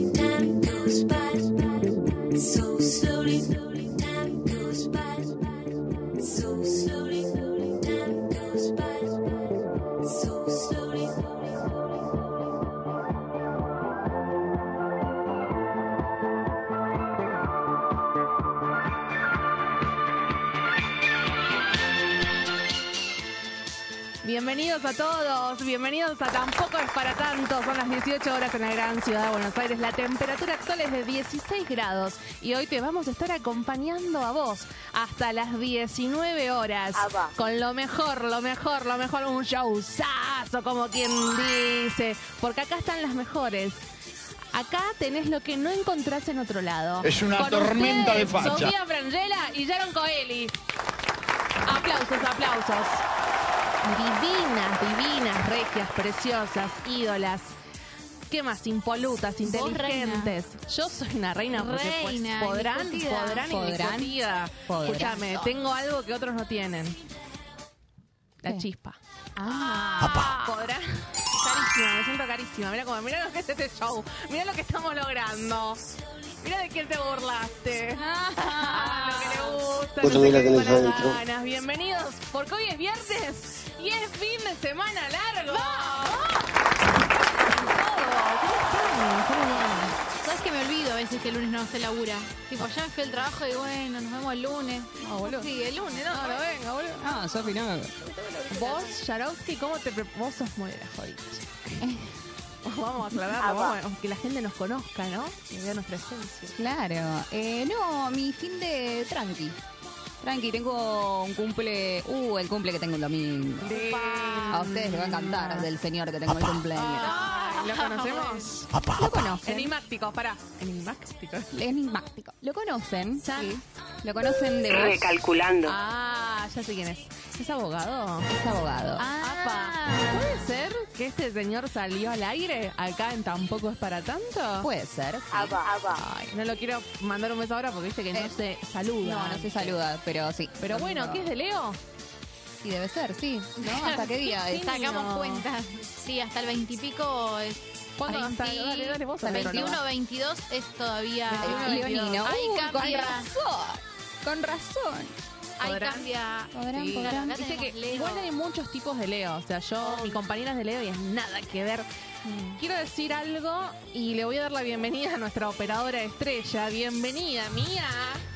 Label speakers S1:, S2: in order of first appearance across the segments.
S1: Time goes by so slowly. Time goes by so slowly. Time goes by so slowly.
S2: Bienvenidos a todos, bienvenidos a Tampoco es para tanto. Son las 18 horas en la gran ciudad de Buenos Aires. La temperatura actual es de 16 grados y hoy te vamos a estar acompañando a vos hasta las 19 horas.
S3: Apa.
S2: Con lo mejor, lo mejor, lo mejor, un showzazo, como quien dice. Porque acá están las mejores. Acá tenés lo que no encontrás en otro lado.
S4: Es una tormenta de facha.
S2: Sofía Frangela y Sharon Coeli. Aplausos, aplausos. Divinas, divinas, regias, preciosas, ídolas. ¿Qué más? Impolutas, inteligentes. Yo soy una reina porque pues,
S5: Reina,
S2: podrán,
S5: indiscutida.
S2: podrán,
S5: Podrán.
S2: indiscutida.
S5: Podrán.
S2: Escúchame, tengo algo que otros no tienen. La
S5: ¿Qué?
S2: chispa.
S5: Ah,
S2: Podrán. Carísima, me siento carísima. Mira cómo, mira lo que es este show. Mira lo que estamos logrando. Mira de quién te burlaste. Ah, lo que le gusta.
S6: Vos
S2: no sé
S6: también la
S2: qué con
S6: tenés
S2: las
S6: adentro.
S2: ganas. Bienvenidos, porque hoy es viernes y es fin de semana largo.
S5: ¿Sabes que me olvido a veces que el lunes no se labura? Tipo, ya me fui al trabajo y bueno, nos vemos el lunes.
S2: No, Ah, boludo.
S5: Sí, el lunes, no,
S2: No,
S5: no,
S2: no venga, boludo.
S7: Ah, Sofi, no.
S2: Vos, Sharowski, ¿cómo te pre- Vos sos muy de la jodita. Vamos a aclararlo,
S3: Ah, va.
S2: vamos a- que la gente nos conozca, ¿no? Que vea nuestra esencia.
S7: Claro. Eh, no, mi fin de tranqui. Tranqui, tengo un cumple. Uh, el cumple que tengo el domingo. A ustedes les va a encantar del señor que tengo el cumpleaños.
S2: Ay, ¿Lo conocemos?
S7: ¿Lo conocen?
S2: Enigmático, pará. Enigmático.
S7: Enigmático. ¿Lo conocen? Sí. ¿Lo conocen de vos?
S6: Recalculando.
S2: Ah, ya sé quién es. ¿Es abogado?
S7: Es abogado.
S2: Ah.
S7: Ah.
S2: Apa. ¿Puede ser que este señor salió al aire acá en Tampoco es para tanto?
S7: Puede ser. sí.
S3: Apa, apa.
S2: Ay, no lo quiero mandar un beso ahora porque viste que no
S7: Eh,
S2: se saluda.
S7: No, no se saluda, pero sí.
S2: Pero bueno,
S7: No.
S2: ¿qué es de Leo?
S7: Sí, debe ser, sí. ¿No? ¿Hasta qué día? es?
S5: Sacamos
S2: No.
S5: cuentas. Sí, hasta el veintipico es.
S2: ¿Cuándo? Hasta- dale, dale, vos
S5: hasta el
S2: hasta el
S5: 21 22 es todavía.
S7: Ah, Leonino.
S5: Ahí
S7: Uy, con
S5: cambia.
S2: Uh,
S7: razón. Con razón.
S5: Ahí
S2: Podrán.
S5: cambia.
S7: Podrán,
S5: Sí.
S7: podrán.
S5: Acá
S2: Dice
S5: tenemos
S2: que
S5: Leo.
S2: igual hay muchos tipos de Leo. O sea, yo, mi compañera es de Leo y es nada que ver.
S5: Mm.
S2: Quiero decir algo y le voy a dar la bienvenida a nuestra operadora estrella. Bienvenida, mía.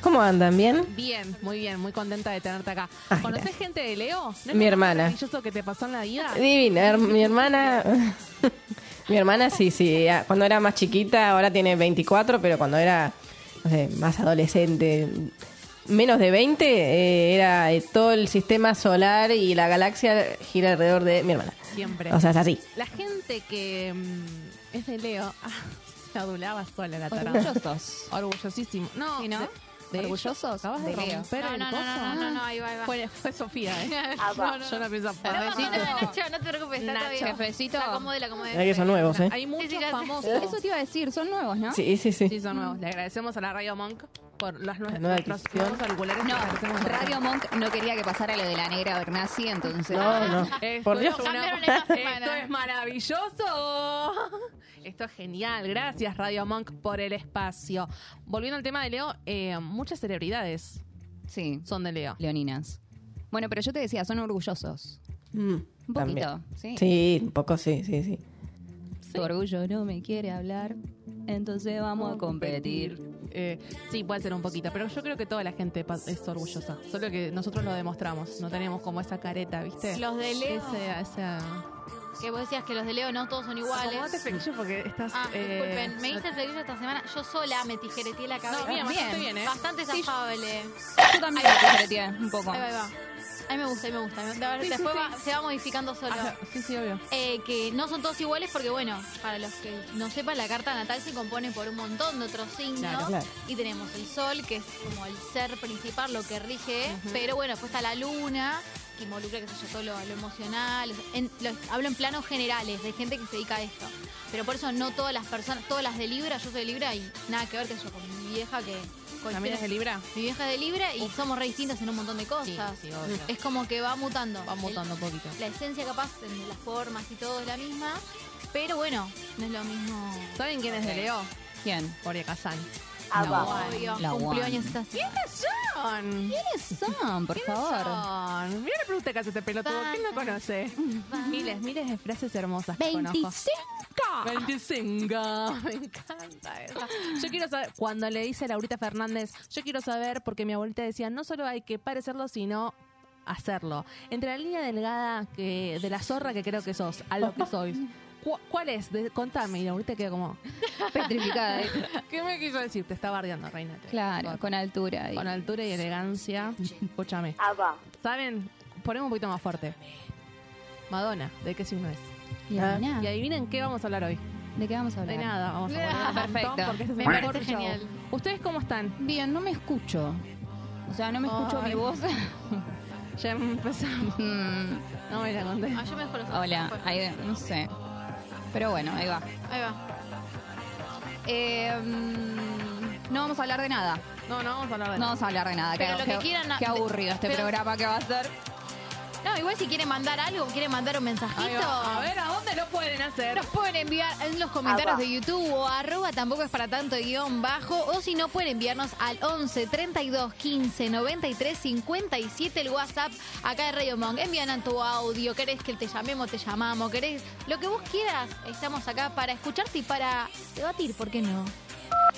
S8: ¿Cómo andan? ¿Bien?
S2: Bien, muy bien, muy contenta de tenerte acá.
S8: Ay,
S2: ¿Conoces
S8: gracias.
S2: gente de Leo? ¿No es
S8: Mi
S2: lo más
S8: hermana.
S2: maravilloso que te pasó en la vida?
S8: Divina, her- mi hermana. mi hermana sí, sí. a- Cuando era más chiquita, ahora tiene 24, pero cuando era, no sé, más adolescente, menos de 20, eh, era eh, todo el sistema solar y la galaxia gira alrededor de mi hermana.
S2: Siempre.
S8: O sea, es así.
S2: La gente que mm, es de Leo, ah, se adulaba sola la tarada.
S7: Orgullosos.
S2: Orgullosísimo. No,
S7: ¿Sí, no?
S2: de- de
S7: Orgullosos
S2: ellos. Acabas de
S7: de Leo.
S2: romper
S5: No,
S2: el
S5: no, no,
S2: coso.
S5: no, no, no, ahí va, ahí va.
S2: Fue, fue Sofía, ¿eh?
S5: Ah, va.
S2: Yo no pienso
S5: No, no, no,
S2: pobrecito.
S5: Nacho, no te preocupes, está
S2: Nacho.
S5: todo bien.
S7: Jefecito.
S5: La acomode, la acomode.
S8: Mira que son nuevos, ¿eh?
S2: Hay muchos
S5: Sí, sí, ya sé.
S2: famosos.
S7: Eso te iba a decir, son nuevos, ¿no?
S8: Sí, sí, sí.
S2: Sí, son nuevos. Le agradecemos a la Radio Monk por los nue-
S8: La nueva
S2: nuestros
S8: adquisición.
S2: nuevos auriculares.
S7: No,
S2: Le agradecemos
S7: Radio Monk no quería que pasara lo de la negra Bernassi, entonces.
S8: No, no.
S2: Esto
S8: Por Dios.
S2: es una-
S5: Cambiaron esta semana.
S2: Esto es maravilloso. Esto es genial. Gracias, Radio Monk, por el espacio. Volviendo al tema de Leo, eh, muchas celebridades
S7: Sí,
S2: son de Leo.
S7: leoninas. Bueno, pero yo te decía, son orgullosos.
S8: Mm,
S7: Un
S8: también.
S7: poquito, sí.
S8: Sí, un poco sí, sí, sí.
S7: Tu orgullo no me quiere hablar, entonces vamos a competir.
S2: Eh, sí, puede ser un poquito, pero yo creo que toda la gente pa- es orgullosa. Solo que nosotros lo demostramos. No tenemos como esa careta, ¿viste?
S5: Los de Leo.
S2: Ese- esa-
S5: Que vos decías que los de Leo no todos son
S2: Acomodate,
S5: iguales.
S2: Felicio, porque estás.
S5: Ah,
S2: eh,
S5: disculpen, me hice el servicio esta semana. Yo sola me tijereteé la cabeza.
S2: No, bien, bastante bien, ¿eh?
S5: Bastante
S7: Sí, yo-
S5: zafable.
S7: Yo también me tijereteé un poco.
S5: Ahí va, ahí va. A mí me gusta, a mí me gusta. A ver,
S2: Sí, sí,
S5: después
S2: sí.
S5: va- se va modificando solo.
S2: ah, sí, sí, obvio.
S5: Eh, que no son todos iguales porque, bueno, para los que no sepan, la carta natal se compone por un montón de otros signos.
S2: Claro,
S8: claro.
S5: Y tenemos el sol, que es como el ser principal, lo que rige. Pero bueno, después está la luna, que involucra, qué sé yo, todo lo, lo emocional. En- lo- hablo en planos generales de gente que se dedica a esto. Pero por eso no todas las personas, todas las de Libra, yo soy de Libra y nada que ver que yo con mi vieja que... con-
S2: ¿También es de Libra?
S5: Mi vieja es de Libra y somos re distintas en un montón de
S3: Sí,
S5: cosas.
S3: sí, obvio.
S5: Es como que va mutando.
S3: Va mutando un poquito.
S5: El- la esencia capaz, en las formas y todo es la misma. Pero bueno, no es lo mismo.
S2: ¿Saben quién es de Leo?
S7: ¿Quién?
S3: Coria Kazan.
S7: La
S5: Obvio,
S7: Ah, La
S5: cumplió
S7: one.
S5: años esta semana.
S2: Son.
S7: ¿Quiénes son, por favor?
S2: Son. Mira la pregunta que hace este pelotudo. ¿Quién lo conoce? Miles, miles de frases hermosas. que conozco.
S7: 25.
S2: 25. Me encanta eso. Yo quiero saber, cuando le dice Laurita Fernández, yo quiero saber porque mi abuelita decía, no solo hay que parecerlo, sino hacerlo. Entre la línea delgada que, de la zorra que creo que sos, a lo que sois. ¿cu- ¿Cuál es? De- contame, y Laurita queda como...
S7: Petrificada. ¿eh?
S2: ¿Qué me quiso decir? Te está bardeando, reina. Te-
S7: Claro, con altura. y-
S2: con altura y elegancia. Escúchame. ¿Saben? Ponemos un poquito más fuerte. Madonna, ¿de qué signo es? Ah.
S7: Y adivina,
S2: Y adivinen qué vamos a hablar hoy.
S7: ¿De qué vamos a
S2: De
S7: hablar?
S2: nada, vamos a volver un montón,
S7: Perfecto.
S2: Porque este es
S5: Me
S2: el mejor
S5: parece
S2: show.
S5: genial.
S2: ¿Ustedes cómo están?
S7: Bien, no me escucho. O sea, no me escucho
S2: Ay.
S7: mi voz.
S2: Ya empezamos.
S7: Mm,
S2: No me la conté.
S5: Ah, yo me dejo los
S7: hola,
S5: ojos.
S7: ahí, no sé. Pero bueno, ahí va.
S5: Ahí va.
S7: Eh, mm, no vamos a hablar de nada.
S2: No, no vamos a hablar de
S7: No vamos a hablar de nada.
S5: Pero
S7: qué,
S5: lo que
S7: qué-
S5: quieran-
S7: qué aburrido este
S5: pero-
S7: programa que va a ser.
S5: No, igual si quieren mandar algo, quieren mandar un mensajito.
S2: Ahí va. A ver, ¿a dónde lo pueden hacer?
S5: Nos pueden enviar en los comentarios de YouTube o arroba tampoco es para tanto guión bajo o si no pueden enviarnos al 11 32 15 93 57 el WhatsApp acá de Radio Monk. Envían tu audio, querés que te llamemos, te llamamos, querés lo que vos quieras. Estamos acá para escucharte y para debatir, ¿por qué no?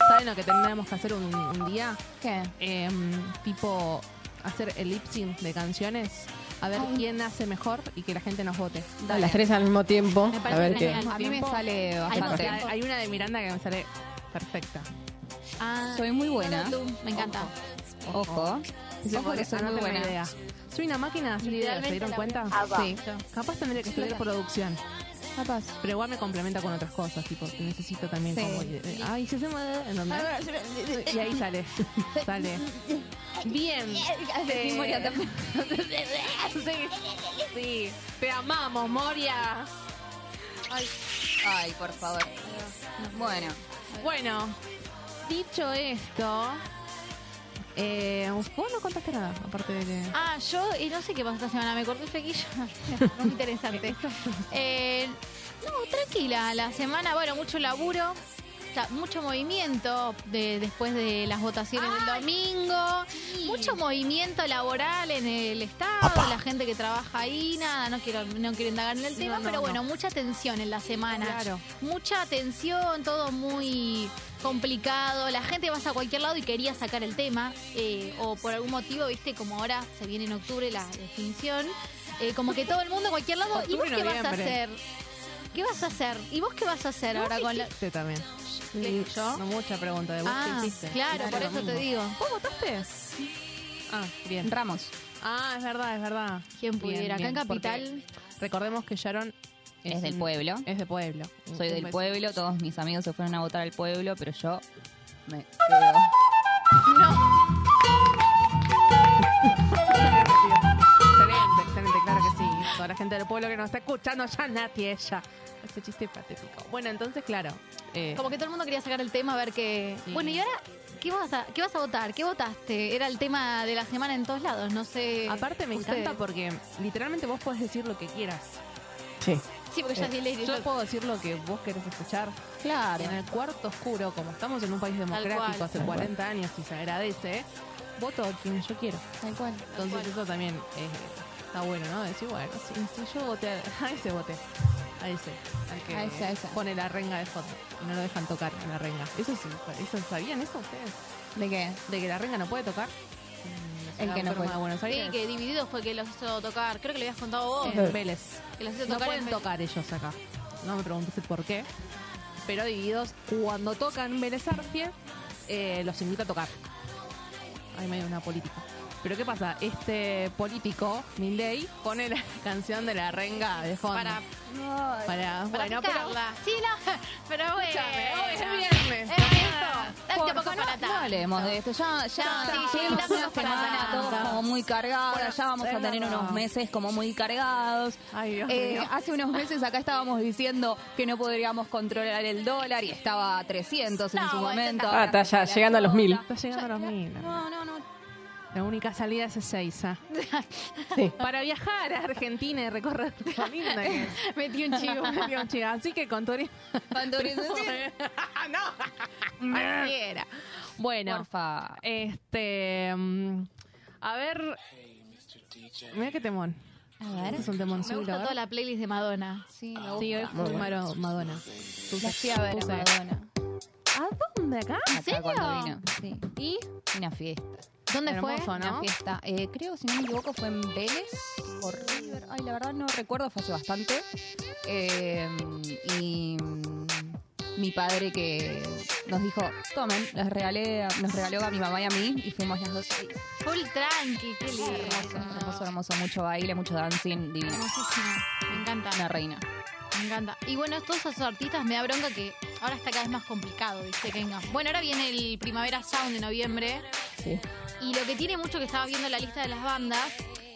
S2: ¿Saben lo que tendríamos que hacer un, un día?
S7: ¿Qué?
S2: Em, tipo, hacer el lip sync de canciones. A ver quién hace mejor y que la gente nos vote.
S8: Las tres al mismo tiempo.
S5: Me
S8: A
S5: parece
S8: ver qué.
S5: genial.
S7: A mí me
S2: tiempo.
S7: sale
S5: Al mismo
S7: bastante.
S5: tiempo.
S2: Hay una de Miranda que me sale perfecta.
S5: Ah,
S7: Soy muy buena.
S5: Me encanta.
S7: Ojo. Ojo que soy
S2: Anoten
S7: muy
S2: la
S7: buena.
S2: idea. Soy una máquina de hacer ideas, ¿se dieron cuenta?
S7: Sí,
S2: Capaz tendría que estudiar producción.
S7: capaz.
S2: Pero igual me complementa con otras cosas, tipo, que necesito también
S7: Sí.
S2: como... eh, Ay, se se mueve, ¿entendés? Y ahí sale, sale. Bien.
S7: Sí, Moria también.
S2: Sí, sí. Te amamos, Moria.
S7: Ay, por favor. Bueno,
S2: Bueno, dicho esto... Eh, vos no contaste nada, aparte de que...
S5: Ah, yo, y no sé qué pasó esta semana, me corté el flequillo. Muy interesante. Eh, no, tranquila, la semana, bueno, mucho laburo, o sea, mucho movimiento de- después de las votaciones del domingo, mucho movimiento laboral en el Estado, la gente que trabaja ahí, nada, no quiero, no quiero indagar en el tema,
S2: no,
S5: pero
S2: no.
S5: bueno, mucha tensión en la semana.
S2: Claro.
S5: Mucha tensión, todo muy complicado, la gente vas a cualquier lado y quería sacar el tema, eh, o por algún motivo, viste, como ahora se viene en octubre la definición, eh, como que todo el mundo a cualquier lado, ¿y vos
S2: Octubre y
S5: qué vas a
S2: noviembre.
S5: hacer? ¿Qué vas a hacer? ¿Y vos qué vas a hacer ahora con la...
S2: Usted también.
S5: ¿Qué? ¿Yo?
S2: No mucha pregunta de vos
S5: Ah,
S2: qué hiciste.
S5: claro,
S2: Claro,
S5: por
S2: lo
S5: eso te
S2: mismo.
S5: digo.
S2: ¿Vos votaste? Ah, bien.
S7: Ramos.
S2: Ah, es verdad, es verdad.
S5: ¿Quién
S2: Bien,
S5: pudiera?
S2: bien,
S5: Acá en Capital,
S2: porque Recordemos que Sharon
S7: Es del
S2: un-
S7: pueblo.
S2: Es de pueblo.
S7: Soy
S2: Un
S7: del
S2: beso.
S7: pueblo, todos mis amigos se fueron a votar al pueblo, pero yo me quedo.
S2: Excelente, excelente, claro que sí. Toda la gente del pueblo que nos está escuchando, ya Nati, ella. Ese chiste es patético. Bueno, entonces, claro. eh,
S5: como que todo el mundo quería sacar el tema, a ver qué... Bueno, y ahora, ¿qué vas, a, ¿qué vas a votar? ¿Qué votaste? Era el tema de la semana en todos lados, no sé...
S2: aparte, me
S5: ustedes.
S2: encanta porque literalmente vos podés decir lo que quieras.
S8: Sí.
S5: Sí, porque ya es ley.
S2: Eh, Yo puedo decir lo que vos querés escuchar.
S7: Claro.
S2: En el cuarto oscuro, como estamos en un país democrático
S5: cual.
S2: hace 40 años y se agradece, voto a quien yo quiero.
S7: Tal cual.
S2: Entonces eso también eh, está bueno, ¿no? Decir, bueno, si, si yo voté a ese voté, a ese, al que
S7: A ese, a ese.
S2: pone la renga de fondo y no lo dejan tocar en la renga. Eso sí, eso ¿sabían eso ustedes?
S7: ¿De qué?
S2: De que la renga no puede tocar. en la
S7: El que no
S2: Autónoma
S7: puede.
S2: de Buenos
S5: Sí,
S2: Aires.
S5: que Divididos fue que los hizo tocar. Creo que lo habías contado vos.
S2: en Vélez.
S5: Que los hizo
S2: No
S5: tocar
S2: pueden
S5: en Vélez.
S2: tocar ellos acá. No me preguntes el por qué. Pero divididos, cuando tocan Vélez Arfie, eh, los invita a tocar. Ahí medio una política. Pero ¿qué pasa? Este político, Milei, pone la canción de la renga de fondo.
S5: Para-
S2: para,
S5: Para
S2: bueno, pero
S5: picarla. Sí, no, pero bueno.
S2: Escúchame, hoy es
S5: Eh,
S2: viernes, ¿no es cierto?
S5: Porfa,
S7: Porfa, no, no hablemos de esto. Ya, ya,
S5: No, sí, sí,
S7: tuvimos
S5: tampoco
S7: una
S5: para
S7: semana
S5: tanto.
S7: todos como muy
S2: Bueno,
S7: cargados. Ya vamos
S2: es
S7: a tener
S2: verdad.
S7: unos meses como muy cargados.
S2: Ay, Dios
S7: Eh,
S2: mío.
S7: hace unos meses acá estábamos diciendo que no podríamos controlar el dólar y estaba a 300 en
S5: No,
S7: su
S5: bueno,
S7: momento.
S5: está-
S8: Ah, está ya llegando a los mil.
S2: Está llegando a los mil.
S5: No, no, no.
S2: La única salida es Ezeiza.
S8: Sí.
S2: Para viajar a Argentina y recorrer la linda que es.
S5: Metí un chivo.
S2: Metí un chivo. Así que con turismo.
S7: Cuando
S2: no. Cualquiera. Bueno.
S7: Porfa.
S2: Este. mm, A ver. Mira qué temón.
S7: A ver.
S2: Este es un temón
S5: Me gusta toda la playlist de Madonna.
S7: Sí, me
S2: Sí, hoy
S7: gusta.
S2: fue Maro- Madonna.
S7: La fui a ver a
S2: Puse-
S7: Madonna.
S2: ¿A dónde acá?
S7: Acá
S5: serio?
S7: cuando vino. Sí.
S2: ¿Y?
S7: Una fiesta.
S5: ¿Dónde
S2: Hermoso,
S5: fue?
S2: ¿no?
S7: Una fiesta. Eh, creo, si no me equivoco, fue en Vélez o River. Ay, la verdad no recuerdo, fue hace bastante. Eh, y mm, mi padre que nos dijo, tomen, les regalé, nos regaló a mi mamá y a mí y fuimos las dos. Ay,
S5: Full tranqui, qué lindo.
S7: hermoso, hermoso, hermoso, mucho baile, mucho dancing, divino.
S5: Hermosísimo. Me encanta.
S7: Una reina.
S5: Me encanta. Y bueno, todos esos artistas me da bronca que ahora está cada vez más complicado, ¿viste? Que vengan. Bueno, ahora viene el Primavera Sound de noviembre.
S8: Sí.
S5: Y lo que tiene mucho que estaba viendo la lista de las bandas,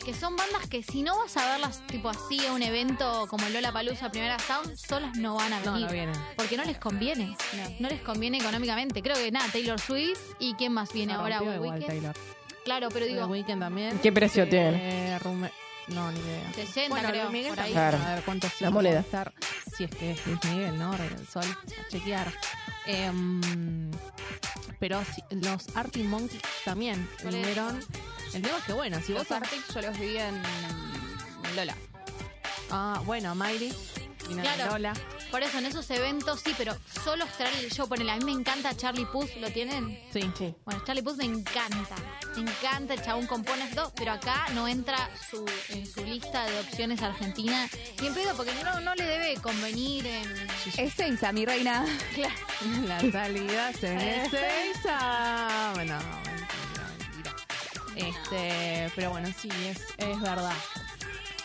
S5: que son bandas que si no vas a verlas tipo así a un evento como Lola Palusa, Primavera Sound, solas no van a venir.
S2: No, no vienen.
S5: Porque no les conviene. No, les conviene económicamente. Creo que nada, Taylor Swift y quién más viene
S2: La
S5: ahora,
S2: Ah, rompió
S5: The
S2: igual,
S5: Weeknd.
S2: Taylor.
S5: Claro, pero
S2: El
S5: digo,
S2: Weekend también.
S8: ¿Qué precio
S2: Eh,
S8: tiene?
S2: Rume- No, ni idea.
S5: 60
S2: Bueno,
S5: creo,
S2: Luis Miguel
S5: por ahí.
S2: también,
S8: Claro.
S2: A ver cuántos
S8: La
S2: sí
S8: moneda.
S2: va a estar. Si es que es Luis Miguel, ¿no? Rey del Sol. A chequear. Em, pero si- los Arctic Monkeys también
S5: ¿Cuál es?
S2: vinieron. El tema es que, bueno, si vos.
S7: Los Arctic yo los vi en Lola.
S2: Ah, bueno, Miley. vino de
S5: Claro.
S2: Lola.
S5: Por eso, en esos eventos sí, pero solo traer el show. Ponele, a mí me encanta Charlie Puth, ¿lo tienen?
S2: Sí, sí.
S5: Bueno, Charlie Puth me encanta. Me encanta, el chabón compone todo, pero acá no entra su, en su lista de opciones argentina. Ni en pedo, porque no, no le debe convenir en...
S7: Es Seiza, mi reina.
S5: Claro.
S2: La salida se me cesa. Bueno, no, mentira, mentira. Este, pero bueno, sí, es, es verdad.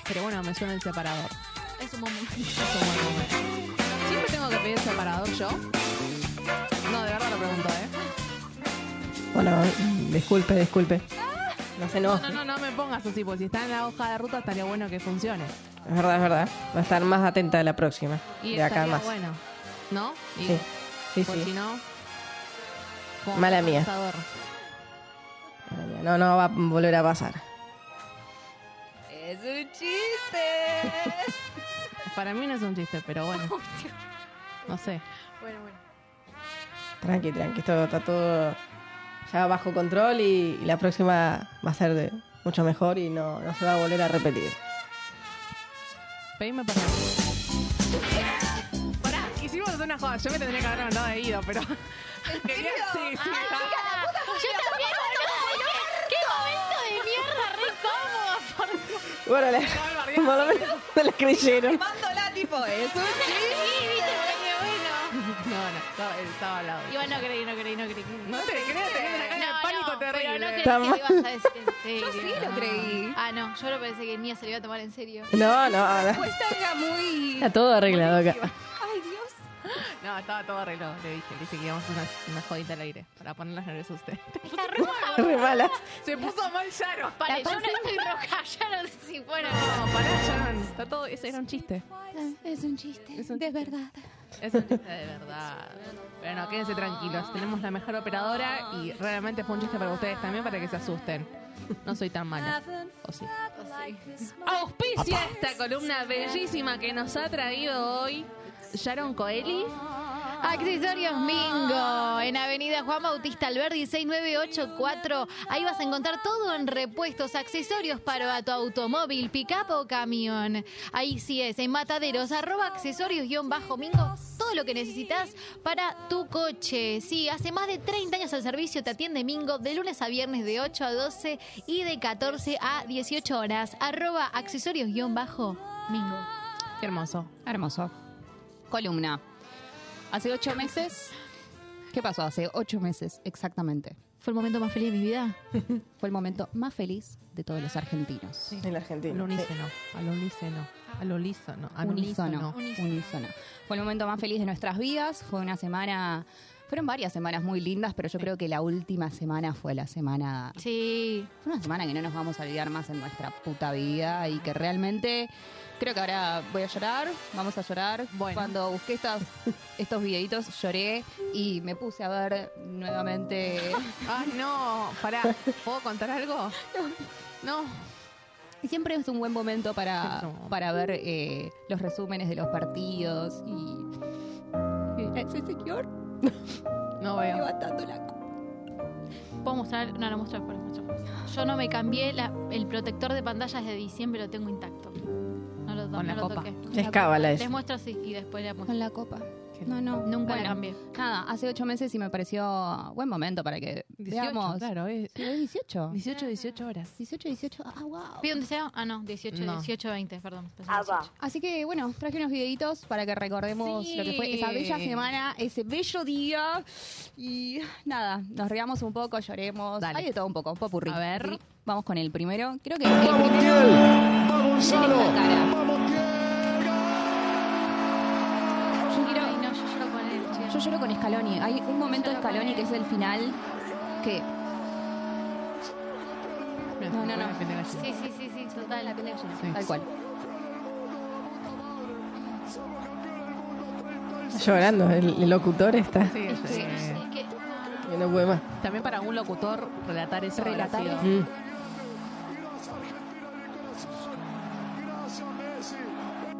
S2: Pero bueno, me suena el separador.
S5: Es un momento.
S2: Es un buen momento. Siempre tengo que pedir separador yo. No, de verdad lo pregunto, ¿eh?
S8: Bueno, disculpe, disculpe. No se
S2: No,
S8: enoje.
S2: no, no, no me pongas así, porque si está en la hoja de ruta estaría bueno que funcione.
S8: Es verdad, es verdad. Va a estar más atenta a la próxima.
S2: Y
S8: de acá
S2: estaría
S8: más.
S2: bueno. ¿No? Y,
S8: Sí, sí,
S2: pues, si
S8: sí.
S2: no. como
S8: Mala
S2: un
S8: mía.
S2: asador.
S8: No, no va a volver a pasar.
S7: Es un chiste.
S2: Para mí no es un chiste, pero bueno. No sé.
S8: Tranqui, tranqui. Esto está todo ya bajo control y, y la próxima va a ser de- mucho mejor y no, no se va a volver a repetir.
S2: Pedime perdón. Pará, hicimos una joda. Yo me tendría que haber mandado de ido, pero. Quería, sí, sí,
S5: Ah, Yo también, boludo. ¿Qué, qué momento de mierda, re cómodo. por Dios.
S8: Bueno, la- por lo menos no la creyeron.
S7: Mándola tipo, es un
S5: Sí, viste, porque bueno.
S2: está. No, no, estaba, estaba al lado.
S5: Y bueno, no creí, no creí, no creí.
S2: No te creo, tenés una cara de pánico terrible.
S5: Pero no creí que lo ibas a decir en serio.
S7: Yo sí lo creí.
S5: Ah, no, yo lo pensé que Mía se lo iba a tomar en serio.
S8: No, no, no.
S7: Pues era muy.
S8: Está todo arreglado acá.
S7: Ay, Dios.
S2: No, estaba todo arreglado. Le dije, le dije que íbamos a hacer una, una jodita al aire para ponerlas nerviosas a ustedes.
S5: Está roja.
S8: Re malas.
S2: Se puso mal Yaro.
S5: Vale, yo no estoy roja, ya no sé si bueno.
S2: No, pará, Sharon. Está todo. Ese era un chiste.
S7: Es un chiste,
S2: Es un
S7: de verdad.
S2: Es un chiste de verdad. Pero no, quédense tranquilos. Tenemos la mejor operadora y realmente fue un chiste para ustedes también para que se asusten. No soy tan mala. O sí. Auspicia esta columna bellísima que nos ha traído hoy Sharon Coeli.
S5: Accesorios Mingo, en Avenida Juan Bautista Alberdi 6984. Ahí vas a encontrar todo en repuestos, accesorios para tu automóvil, pickup o camión. Ahí sí es, en mataderos, arroba accesorios guión bajo Mingo, todo lo que necesitas para tu coche. Sí, hace más de 30 años al servicio te atiende Mingo de lunes a viernes de 8 a 12 y de 14 a 18 horas. Arroba accesorios guión bajo Mingo.
S2: Qué hermoso.
S7: Hermoso. Columna. Hace ocho meses. ¿Qué pasó? Hace ocho meses, exactamente.
S5: Fue el momento más feliz de mi vida.
S7: Fue el momento más feliz de todos los argentinos.
S8: En la Argentina.
S2: Al unísono. Al unísono. Al
S7: Ah,
S2: unísono. Al
S7: Unísono.
S2: unísono.
S7: Unísono. Fue el momento más feliz de nuestras vidas. Fue una semana Fueron varias semanas muy lindas, pero yo creo que la última semana fue la semana.
S5: Sí.
S7: Fue una semana que no nos vamos a olvidar más en nuestra puta vida y que realmente. Creo que ahora voy a llorar, vamos a llorar.
S2: Bueno.
S7: Cuando busqué estas, estos videitos lloré y me puse a ver nuevamente.
S2: Ah, no, pará, ¿puedo contar algo? No.
S7: Y siempre es un buen momento para,
S2: No.
S7: para ver eh, los resúmenes de los partidos y. y Ese señor
S2: No, veo.
S7: levantando la copa.
S5: ¿Puedo mostrar? No, no mostrar, por Yo no me cambié la- el protector de pantalla desde diciembre, lo tengo intacto. No lo, to-
S2: Con la
S5: no lo
S2: copa.
S5: toqué. Con
S8: Es
S5: la
S8: cábala
S5: copa.
S8: esa.
S5: Les muestro sí, y después la muestro.
S7: Con la copa. No, no.
S5: Nunca
S7: Bueno,
S5: la cambié.
S7: Nada, hace ocho meses y me pareció buen momento para que
S2: 18,
S7: veamos.
S2: claro, es
S7: Sí, es 18.
S2: 18, 18 horas.
S7: 18, 18. Ah, wow.
S5: ¿Pido un deseo? Ah, no, 18,
S2: No.
S5: 18, 20, perdón. empezó
S1: Ah,
S5: 18.
S1: va.
S7: Así que bueno, traje unos videitos para que recordemos
S5: Sí.
S7: lo que fue esa bella semana, ese bello día. Y nada, nos reamos un poco, lloremos.
S2: Dale.
S7: Hay de todo un poco, un popurrí.
S2: A ver.
S7: Así que Vamos con el primero. Creo que el
S4: ¡Vamos,
S7: primero-
S4: Tiel! ¡Vamos, Gonzalo!
S7: Tiene una cara.
S4: ¡Vamos, Tiel!
S7: yo quiero
S5: Ay, no, yo lloro con él, che.
S7: Yo lloro con Scaloni. Hay un momento de
S5: Lloro con
S7: Scaloni
S5: él.
S7: que es el final que No, no, no.
S5: Sí, sí, sí, sí, total. La piel
S7: tal cual.
S8: Llorando, el, el locutor está.
S2: Sí, sí.
S8: que no puede más.
S2: También para un locutor relatar eso. habrá
S7: Relatar
S2: sido-
S7: eso.
S8: Mm.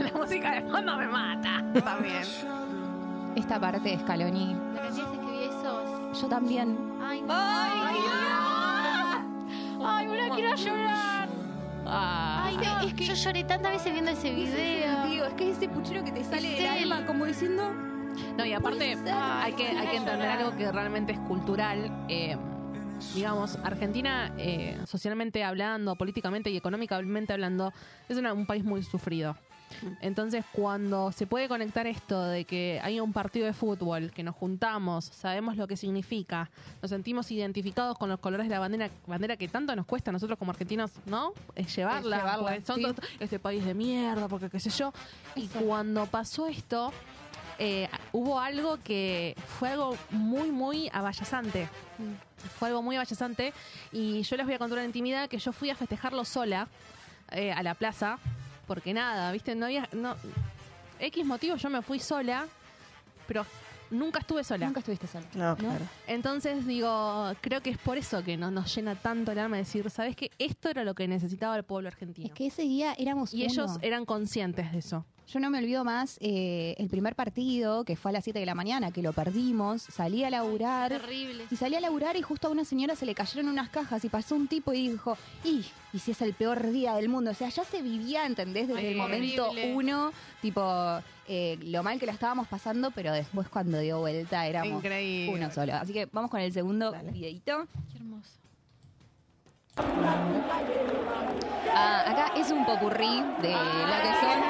S2: La música de fondo me mata. También.
S7: Esta parte de Scaloni.
S5: La cantidad de veces que vi eso.
S7: Yo también.
S5: Ay, no. Ay, no. Ay, boludo, quiero llorar. Ay, no. Es que yo lloré tantas veces viendo ese video.
S7: es que ese puchero que te
S5: sale del alma,
S7: como diciendo.
S2: No, y aparte hay que, hay que entender algo que realmente es cultural. eh, digamos, Argentina, eh, socialmente hablando, políticamente y económicamente hablando, es una- un país muy sufrido. Entonces, cuando se puede conectar esto de que hay un partido de fútbol, que nos juntamos, sabemos lo que significa, nos sentimos identificados con los colores de la bandera, bandera que tanto nos cuesta a nosotros como argentinos, ¿no? Es llevarla.
S7: Es llevarla,
S2: porque son
S7: sí.
S2: todos- este país de mierda, porque qué sé yo. Y cuando pasó esto, eh, hubo algo que fue algo muy, muy abayazante.
S7: Mm.
S2: Fue algo muy abayazante. Y yo les voy a contar una intimidad que yo fui a festejarlo sola eh, a la plaza. Porque nada, viste, no había. No, X motivo yo me fui sola, pero nunca estuve sola.
S7: Nunca estuviste sola.
S8: No, claro.
S2: Entonces digo, creo que es por eso que no, nos llena tanto el alma decir, ¿sabes qué? Esto era lo que necesitaba el pueblo argentino.
S7: Es que ese día éramos
S2: y
S7: uno.
S2: ellos eran conscientes de eso.
S7: Yo no me olvido más eh, el primer partido, que fue a las 7 de la mañana, que lo perdimos. Salí a laburar.
S5: Terrible.
S7: Y salí a laburar y justo a una señora se le cayeron unas cajas y pasó un tipo y dijo, y, y si es el peor día del mundo. O sea, ya se vivía, ¿entendés? Desde
S5: Ay,
S7: el momento
S5: horrible.
S7: uno, tipo, eh, lo mal que la estábamos pasando, pero después cuando dio vuelta éramos
S2: Increíble.
S7: uno solo. Así que vamos con el segundo videito.
S5: Qué hermoso.
S7: Ah, acá es un popurrí de lo que son,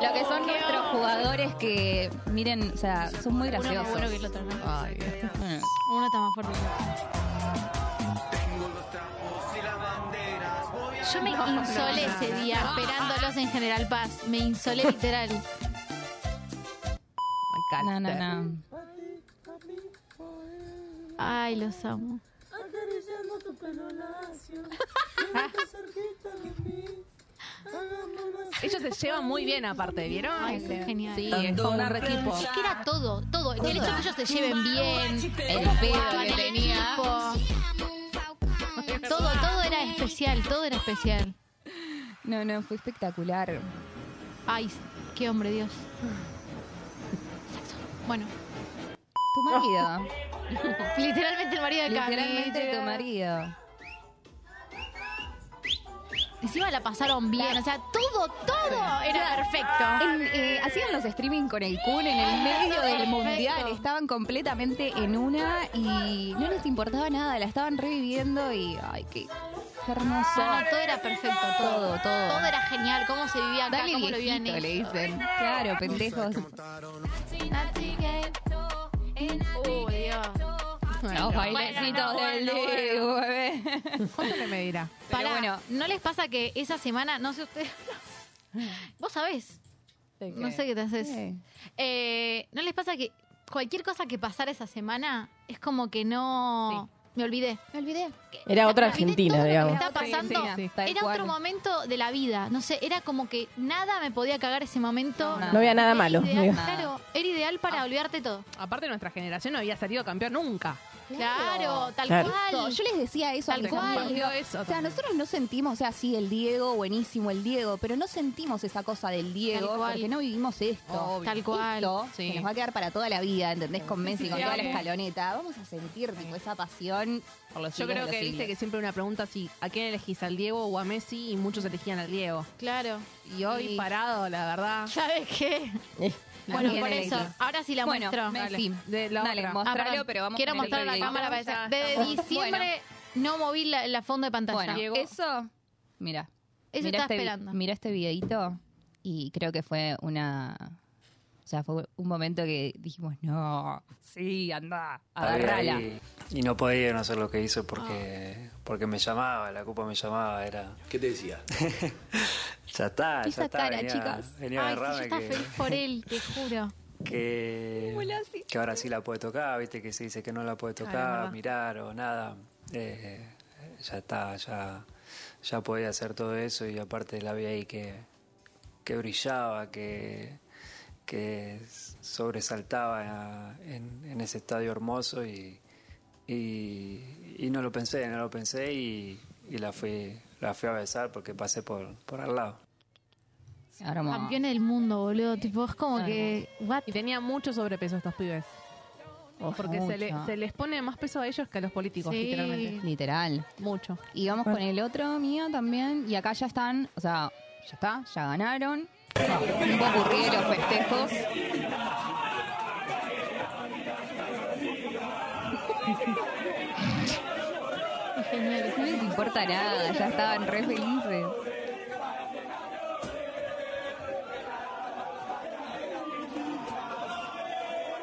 S7: lo que son nuestros jugadores que, miren, o sea, son muy
S5: Uno
S7: graciosos. Ah,
S5: más bueno que el otro, ¿no?
S7: Ay, Dios. Bueno,
S5: Uno está más fuerte que el otro. Yo me insolé ese día, esperándolos en General Paz. Me insolé literal.
S7: No, no, no.
S5: Ay, los amo.
S3: Acariciando tu pelo lacio, siempre cerquita de mí. Hagamos una
S2: Ellos se llevan muy bien aparte, ¿vieron?
S5: Ay, sí, genial.
S2: Sí, es como un re equipo.
S5: Es que era todo, todo. El hecho de que ellos se lleven bien,
S7: El
S5: jugaban
S7: pedo
S5: en
S7: que tenía.
S5: equipo. Todo, todo era especial, todo era especial.
S7: No, no, fue espectacular.
S5: Ay, qué hombre, Dios. Saxo. Bueno,
S7: Tu marido.
S5: literalmente el marido de Cami.
S7: Literalmente tu
S5: llega.
S7: marido.
S5: Encima la pasaron bien, o sea, todo, todo era perfecto.
S7: En, eh, hacían los streaming con el Kun en el medio del
S5: Perfecto.
S7: mundial. Estaban completamente en una y no les importaba nada. La estaban reviviendo y. ¡Ay, qué, qué hermoso!
S5: No, no, todo era perfecto, todo,
S7: Todo,
S5: Ah, todo.
S7: todo.
S5: era genial, cómo se vivía acá,
S7: Dale
S5: cómo lo vivían
S7: viejito, le
S5: ellos.
S7: dicen. Claro, pendejos.
S5: Oh, Dios.
S7: Los bailecitos del Diego, bebé.
S2: ¿Cuánto le medirá?
S5: Pará,
S7: bueno.
S5: ¿no les pasa que esa semana, no sé ustedes, vos sabés, no sé qué te haces,
S7: Sí.
S5: Eh, ¿no les pasa que cualquier cosa que pasara esa semana es como que no... Me olvidé, me olvidé.
S8: Era otra
S5: Me olvidé
S8: Argentina,
S5: todo lo que
S8: digamos.
S5: me estaba
S7: Otra
S5: pasando.
S7: Argentina, sí, tal
S5: Era
S7: cual.
S5: otro momento de la vida. No sé, era como que nada me podía cagar ese momento.
S7: No,
S8: No había nada
S5: Era
S8: malo.
S5: ideal,
S8: digo.
S5: Claro, era ideal para olvidarte todo.
S2: Aparte, nuestra generación no había salido campeón nunca.
S5: Claro, tal
S8: Claro.
S5: cual.
S7: Yo les decía eso
S5: Tal
S7: antes,
S5: cual.
S7: como les digo,
S2: Eso
S7: o sea,
S2: también.
S7: nosotros no sentimos, o sea, sí, el Diego, buenísimo el Diego, pero no sentimos esa cosa del Diego
S5: Tal cual.
S7: porque no vivimos esto.
S5: Obvio. Tal cual,
S7: Esto
S2: sí.
S7: que nos va a quedar para toda la vida, ¿entendés? Con Messi, con
S2: sí,
S7: toda la
S2: amo.
S7: escaloneta. Vamos a sentir tipo, esa pasión. Por los
S2: Yo creo que viste que siempre una pregunta así, ¿a quién elegís? ¿Al Diego o a Messi? Y muchos elegían al Diego.
S5: Claro.
S2: Y hoy
S5: Y-
S2: parado, la verdad.
S5: ¿Sabes qué?
S8: Eh,
S5: Bueno,
S7: Bien
S5: por eso.
S7: elegido.
S5: Ahora sí la
S7: Bueno,
S5: muestro.
S7: Messi.
S5: Dale.
S7: Sí.
S2: De la
S7: Dale,
S2: otra.
S5: Ah,
S7: mostralo,
S5: perdón.
S7: pero vamos
S5: Quiero
S7: a poner
S5: mostrar
S7: el
S5: la
S7: video.
S5: cámara para
S2: Ya
S5: esa.
S2: está.
S5: Desde diciembre no moví la, la fondo de pantalla.
S7: Bueno,
S2: Diego.
S7: eso, mira,
S5: Eso
S7: mira
S5: estaba
S7: este, vi-
S5: esperando.
S7: Mira este videito y creo que fue una... O sea, fue un momento que dijimos, no, sí, anda, agárrala.
S6: Y, y no podían hacer lo que hizo porque, porque me llamaba, la copa me llamaba, era...
S9: ¿Qué te decía?
S6: Ya está, Ah,
S7: Esa
S6: ya está,
S7: cara,
S6: venía,
S7: chicas.
S6: venía a
S5: Ay, sí, yo
S6: agarrarme
S5: estaba feliz por él, te juro.
S6: que, que,
S7: ¿Cómo la hiciste?
S6: que ahora sí la puede tocar, viste que se dice que no la puede tocar,
S2: verdad.
S6: mirar o nada. Eh, ya está, ya, ya podía hacer todo eso y aparte la vi ahí que, que brillaba, que, que sobresaltaba en, en ese estadio hermoso y, y, y no lo pensé, no lo pensé y, y la fui la fui a besar porque pasé por, por al lado.
S7: Ahora vamos.
S5: Campeones del mundo, boludo. Tipo, es como
S7: Ay,
S5: que. What?
S2: Y tenía mucho sobrepeso estos pibes. Porque se, le-
S7: Mucho.
S2: se les pone más peso a ellos que a los políticos,
S5: Sí.
S2: literalmente.
S7: Literal.
S2: Mucho.
S7: Y vamos con el otro mío también. Y acá ya están, o sea, ya está, ya ganaron. Un poco ocurrido los festejos.
S5: Genial.
S7: No les importa nada, ya estaban re felices.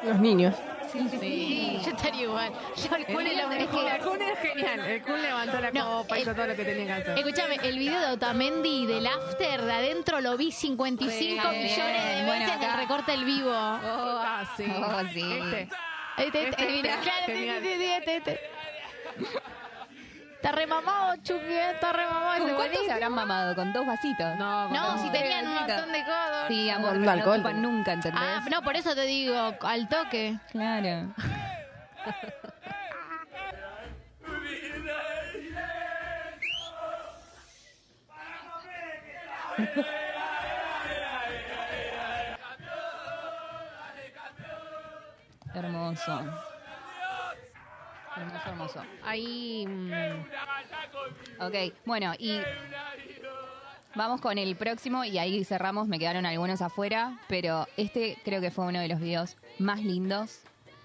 S8: Los niños.
S5: Sí, yo estaría igual. Yo al culo y la
S2: Es que el Kun es genial. El Kun levantó la
S5: No,
S2: copa, hizo
S5: el-
S2: todo lo que tenía que hacer.
S5: Escuchame, el video de Otamendi del after de adentro lo vi 55
S7: Bueno,
S5: millones de veces
S7: bueno,
S5: en el
S7: acá.
S5: recorte del vivo.
S2: Oh, ah, sí.
S7: Oh, sí.
S2: Este.
S5: Este, este,
S2: Este,
S5: eh, mira,
S2: mira,
S5: claro, sí,
S2: genial.
S5: sí, sí, sí, este, este. Está remamado, Chucky, eh, está remamado. ese
S7: ¿Con cuántos se
S5: buenísimo.
S7: habrán mamado? ¿Con dos vasitos?
S2: No,
S5: No,
S2: no.
S5: si tenían un montón de codos.
S7: Sí, amor,
S8: Con
S7: pero no
S8: alcohol.
S7: chupan nunca, ¿entendés?
S5: Ah, no, por eso te digo, al toque.
S7: Claro. hermoso. Hermoso, hermoso.
S2: Ahí. mm,
S7: Ok, bueno, y vamos con el próximo y ahí cerramos, me quedaron algunos afuera, pero este creo que fue uno de los videos más lindos,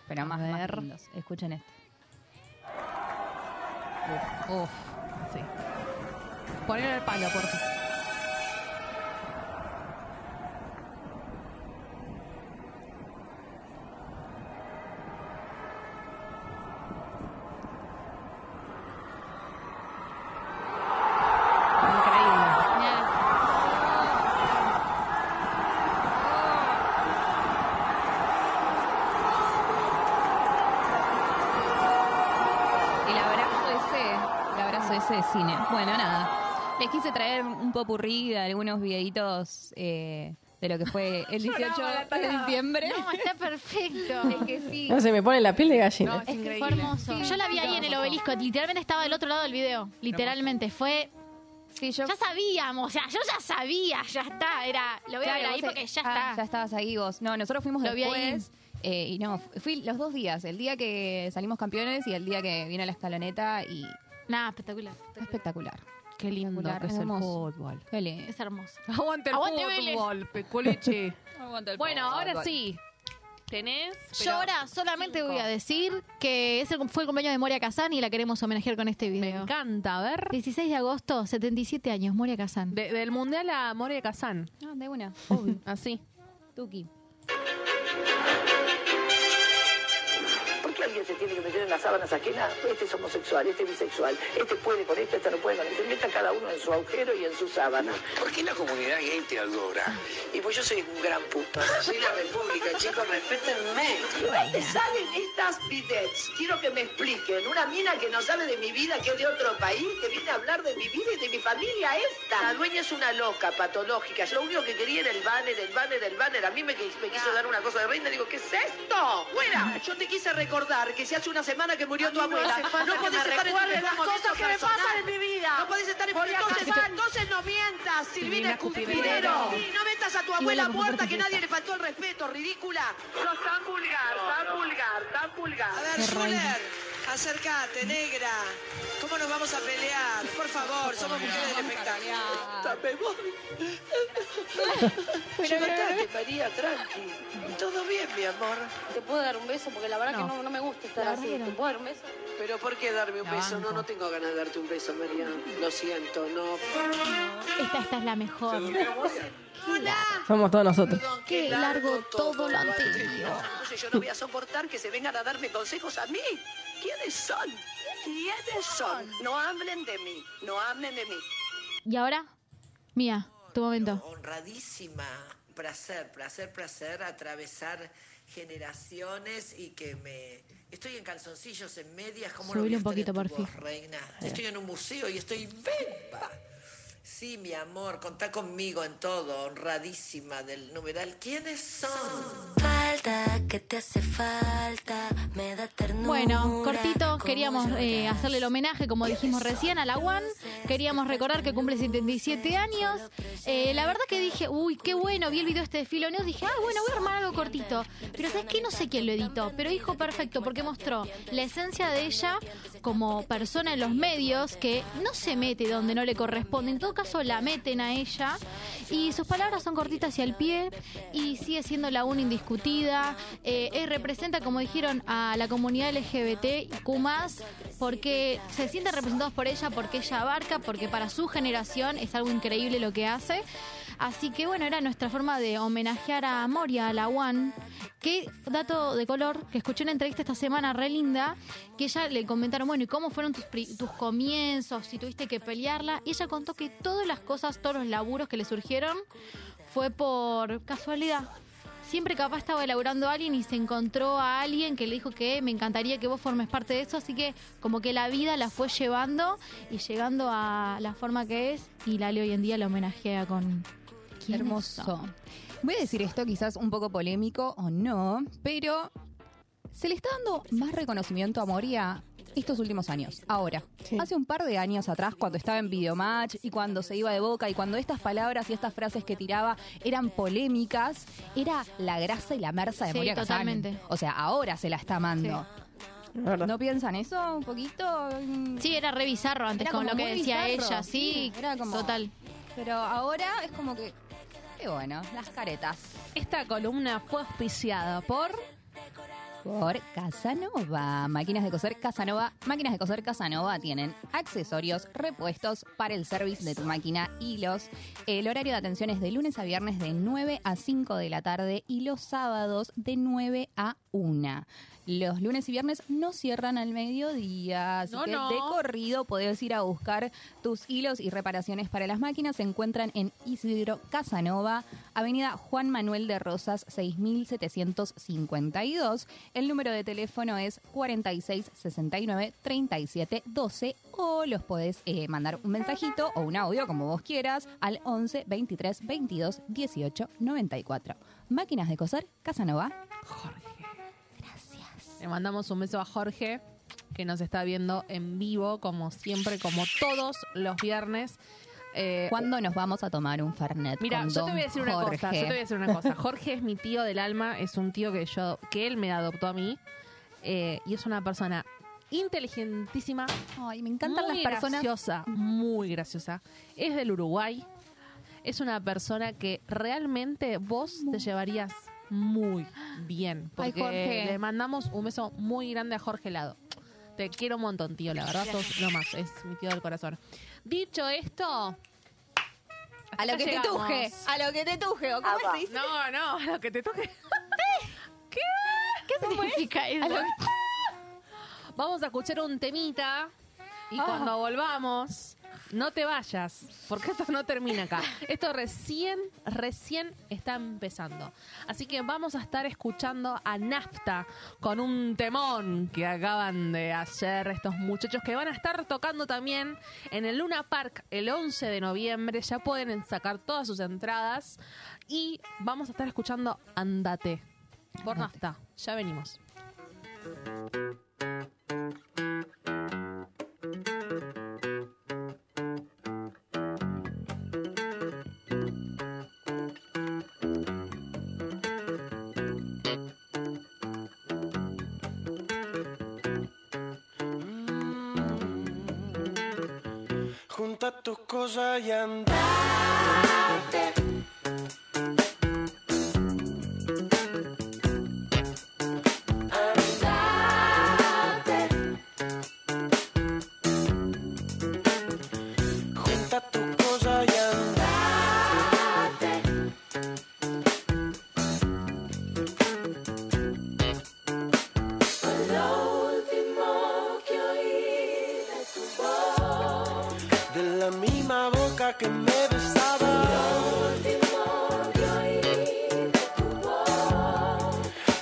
S7: pero más, más lindos. Escuchen este.
S2: Uf, sí. Poner el palo, por favor. Increíble.
S5: Mirá,
S7: El abrazo ese, el abrazo ese de cine. Bueno, nada, les quise traer un popurrí de algunos videitos eh, de lo que fue el 18 de diciembre.
S5: No, está perfecto.
S8: No se me pone la piel de
S2: No, es
S8: gallina.
S5: Es que fue
S2: increíble.
S5: hermoso. Yo la vi ahí en el obelisco, literalmente estaba del otro lado del video. Literalmente, fue.
S7: Sí, yo
S5: Ya sabíamos, o sea, yo ya sabía, ya está. Era, lo voy a ver
S7: Claro,
S5: ahí
S7: vos-
S5: porque ya
S7: ah,
S5: está.
S7: Ya estabas ahí vos. No, nosotros fuimos
S5: Lo vi
S7: después. eh, y no, fui los dos días, el día que salimos campeones y el día que vino la escaloneta y
S5: Nada, espectacular.
S7: fue espectacular.
S2: Qué lindo
S7: Espectacular,
S2: que es el
S7: hermoso.
S2: fútbol.
S7: Qué lindo.
S5: Es hermoso.
S2: Aguante el
S5: Aguante
S2: fútbol, peculiche. Bueno, ahora
S7: fútbol.
S2: sí. Tenés.
S5: Yo ahora solamente voy a decir que ese fue el cumpleaños de Moria Kazan y la queremos homenajear con este
S2: Me
S5: video.
S2: encanta, a ver.
S5: 16 de agosto, 77 años, Moria Kazan.
S2: De- del Mundial a More Kazán.
S7: No, Ah, de una.
S2: Así.
S7: Tuki.
S10: ¿Por qué qué alguien se tiene que meter en las sábanas ajenas? Este es homosexual, este es bisexual, este puede con esto, este no puede con esto. Se meta cada uno en su agujero y en su sábana.
S11: ¿Por qué la comunidad gay te adora?
S10: Y pues yo soy un gran puto.
S11: Soy la república, chicos, respétenme.
S10: ¿De dónde salen estas bidets? Quiero que me expliquen. Una mina que no sabe de mi vida, que es de otro país, que viene a hablar de mi vida y de mi familia esta. La dueña es una loca, patológica. Lo único que quería era el banner, el banner, el banner. A mí me, qui- me quiso dar una cosa de reina. Digo, ¿qué es esto? ¡Fuera! Ah. Yo te quise recordar que si hace una semana que murió tu
S11: no
S10: abuela.
S11: hace falta
S10: No
S11: que
S10: podés
S11: me
S10: estar en
S11: recuerdes
S10: las
S11: como
S10: cosas
S11: visto
S10: que me pasan
S11: personal.
S10: en mi vida.
S11: No podés estar en
S10: Porque
S11: frente a
S10: entonces,
S11: cosas.
S10: entonces no mientas, Silvina Escupidero. Sí, no metas a tu abuela muerta que nadie le faltó el respeto, ridícula. Sos tan vulgar, tan vulgar, tan vulgar. A ver, Fuller, acércate, negra. ¿Cómo nos vamos a pelear? Por favor, somos mujeres del espectáculo. Dame voy. Llévate, María, tranqui. Todo bien, mi amor.
S12: ¿Te puedo dar un beso? Porque la
S8: Ah,
S12: verdad que no, no me gusta estar así. ¿Te puedo dar un beso?
S10: Pero ¿por qué darme un
S12: La
S10: beso?
S12: banco.
S10: No, no tengo ganas de darte un beso, María. Lo siento, no.
S5: Esta, esta es la mejor.
S8: Somos todos nosotros.
S10: Qué largo todo lo
S5: anterior.
S10: Entonces yo no voy a soportar que se vengan a darme consejos a mí. ¿Quiénes son? ¿Quiénes son? No hablen de mí, no hablen de mí.
S5: Y ahora, Mía, tu momento.
S13: honradísima. Placer, placer, placer atravesar generaciones y que me... Estoy en calzoncillos, en medias, como
S5: Subile un poquito, porfi.
S13: reina.
S5: Ahí
S13: Estoy en un museo y estoy beba. Sí, mi amor, contá conmigo en todo, honradísima del numeral. ¿Quiénes son?
S1: Falta que te hace falta, me da ternura.
S5: Bueno, cortito, queríamos eh, hacerle el homenaje, como dijimos recién, a la One. Queríamos recordar que cumple 77 años. Eh, la verdad que dije, uy, qué bueno, vi el video este de Filo News, dije, ah, bueno, voy a armar algo cortito. Pero ¿sabes qué? No sé quién lo editó, pero dijo perfecto, porque mostró la esencia de ella como persona en los medios que no se mete donde no le corresponde, en todo caso la meten a ella. Y sus palabras son cortitas y al pie, y sigue siendo la una indiscutida. Eh, eh, representa, como dijeron, a la comunidad LGBT y Q, porque se sienten representados por ella, porque ella abarca, porque para su generación es algo increíble lo que hace. Así que bueno, era nuestra forma de homenajear a Moria, a la One. Que dato de color, que escuché una entrevista esta semana re linda, que ella le comentaron, bueno, ¿y cómo fueron tus, pri- tus comienzos? Si tuviste que pelearla. Y ella contó que todas las cosas, todos los laburos que le surgieron fue por casualidad. Siempre capaz estaba elaborando a alguien y se encontró a alguien que le dijo que me encantaría que vos formes parte de eso, así que como que la vida la fue llevando y llegando a la forma que es y Lale hoy en día la homenajea con... ¿Quiénes
S7: Hermoso.
S5: son?
S7: Voy a decir esto quizás un poco polémico o no, pero se le está dando más reconocimiento a Moria estos últimos años. Ahora, hace un par de años atrás, cuando estaba en Videomatch y cuando se iba de boca y cuando estas palabras y estas frases que tiraba eran polémicas, era la grasa y la merza de
S5: Sí,
S7: Moria Kazan.
S5: totalmente.
S7: O sea, ahora se la está amando. ¿No piensan eso un poquito?
S5: Sí, era re bizarro antes
S7: Era
S5: con
S7: como
S5: lo que
S7: muy
S5: decía
S7: bizarro,
S5: ella, sí,
S7: era como-
S5: total.
S7: Pero ahora es como que. Qué bueno, las caretas.
S2: Esta columna fue auspiciada por.
S7: Por Casanova. Máquinas de coser Casanova. Máquinas de coser Casanova tienen accesorios, repuestos para el service de tu máquina y los. El horario de atención es de lunes a viernes de 9 a 5 de la tarde y los sábados de 9 a 1. Los lunes y viernes no cierran al mediodía, así
S2: No,
S7: que
S2: no.
S7: de corrido podés ir a buscar tus hilos y reparaciones para las máquinas. Se encuentran en Isidro Casanova, Avenida Juan Manuel de Rosas 6752. El número de teléfono es 4669-3712 o los podés eh, mandar un mensajito o un audio, como vos quieras, al 11 23 22 18 94. Máquinas de coser Casanova.
S2: Le mandamos un beso a Jorge, que nos está viendo en vivo, como siempre, como todos los viernes. Eh,
S7: ¿Cuándo nos vamos a tomar un Fernet?
S2: Mira,
S7: con
S2: yo te
S7: don
S2: voy a decir una cosa, yo
S7: Jorge?
S2: te voy a decir una cosa. Jorge es mi tío del alma, es un tío que yo, que él me adoptó a mí, eh, y es una persona inteligentísima.
S7: Ay, me encantan
S2: muy
S7: las personas.
S2: graciosa, muy graciosa. Es del Uruguay. Es una persona que realmente vos te llevarías muy bien.
S7: Ay,
S2: Porque
S7: Jorge.
S2: le mandamos un beso muy grande a Jorge Lado. Te quiero un montón, tío, la verdad, sos lo más, es mi tío del corazón. Dicho esto,
S7: A lo
S2: Acá
S7: que te
S2: llegamos.
S7: tuje, a lo que te tuje, ¿o cómo
S2: Ah, va.
S7: se dice?
S2: No, no, a lo que te toque. ¿Qué?
S5: ¿Qué significa eso?
S7: A lo-
S2: Vamos a escuchar un temita y cuando volvamos, no te vayas, porque esto no termina acá. Esto recién, recién está empezando. Así que vamos a estar escuchando a Nafta con un temón que acaban de hacer estos muchachos que van a estar tocando también en el Luna Park el 11 de noviembre. Ya pueden sacar todas sus entradas y vamos a estar escuchando Andate por Nafta. Ya venimos.
S14: Junta tus cosas y andate. Andate. Junta tus cosas y andate.
S3: Lo último que oí de tu voz.
S14: De la misma boca que me besaba.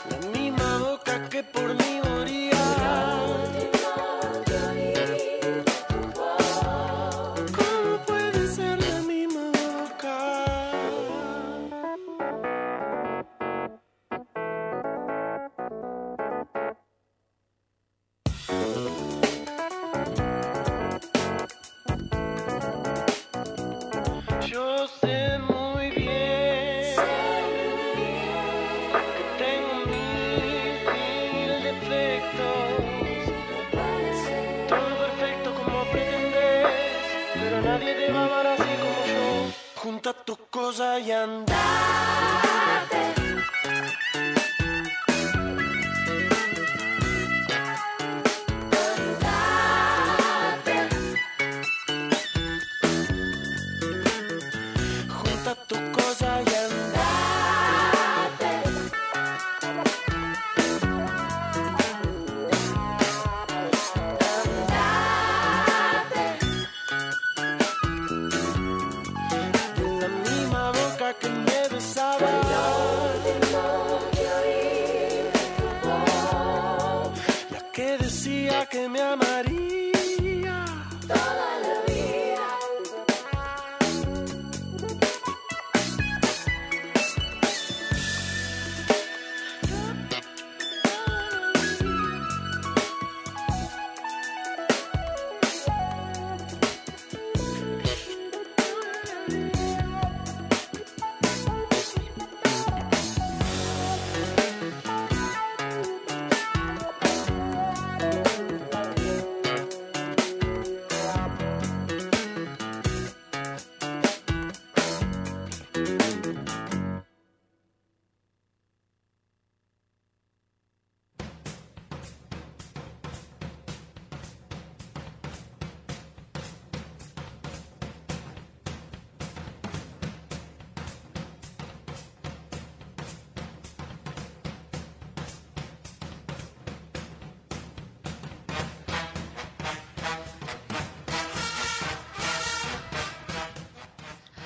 S14: La misma boca que por mí moría. ¿Cómo puede ser la misma boca? Yo sé muy bien que tengo mil, mil defectos. Todo perfecto como pretendes, pero nadie te va a amar así como yo. Junta tus cosas y andate. Junta tus cosas y andate. Andate. De la misma boca que me besaba. La que decía que me amaría. Toda la vida.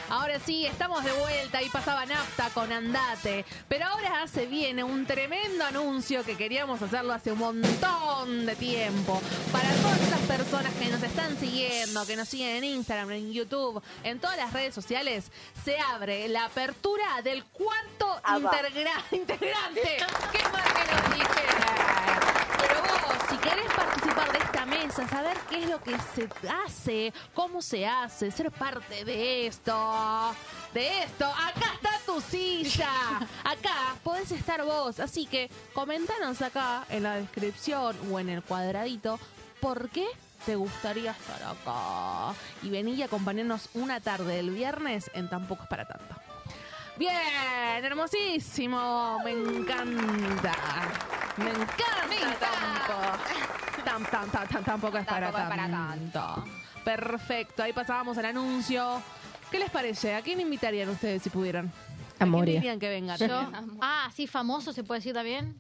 S2: Ahora sí, estamos de vuelta y pasaba nafta con andate. Pero ahora se viene un tremendo anuncio que queríamos hacerlo hace un montón de tiempo. Para todas esas personas que nos están siguiendo, que nos siguen en Instagram, en YouTube, en todas las redes sociales, se abre la apertura del cuarto
S5: Ah, va.
S2: integra- integrante. ¡Qué mal que lo dije! Pero vos, si querés participar de esta mesa, saber qué es lo que se hace, cómo se hace, ser parte de esto, de esto, acá está tu silla. Acá podés estar vos. Así que comentanos acá en la descripción o en el cuadradito por qué te gustaría estar acá. Y vení y acompañarnos una tarde del viernes en Tampoco es para tanto. Bien, hermosísimo. Me encanta. Me encanta. Tampoco. Tam, tam, tam, tam, tampoco es para,
S7: Tampoco es para
S2: tanto. Perfecto. Ahí pasábamos al anuncio. ¿Qué les parece? ¿A quién invitarían ustedes si pudieran?
S8: A
S2: ¿A quién
S8: Moria.
S2: dirían que venga?
S5: Yo- ah, sí, famoso se puede decir también.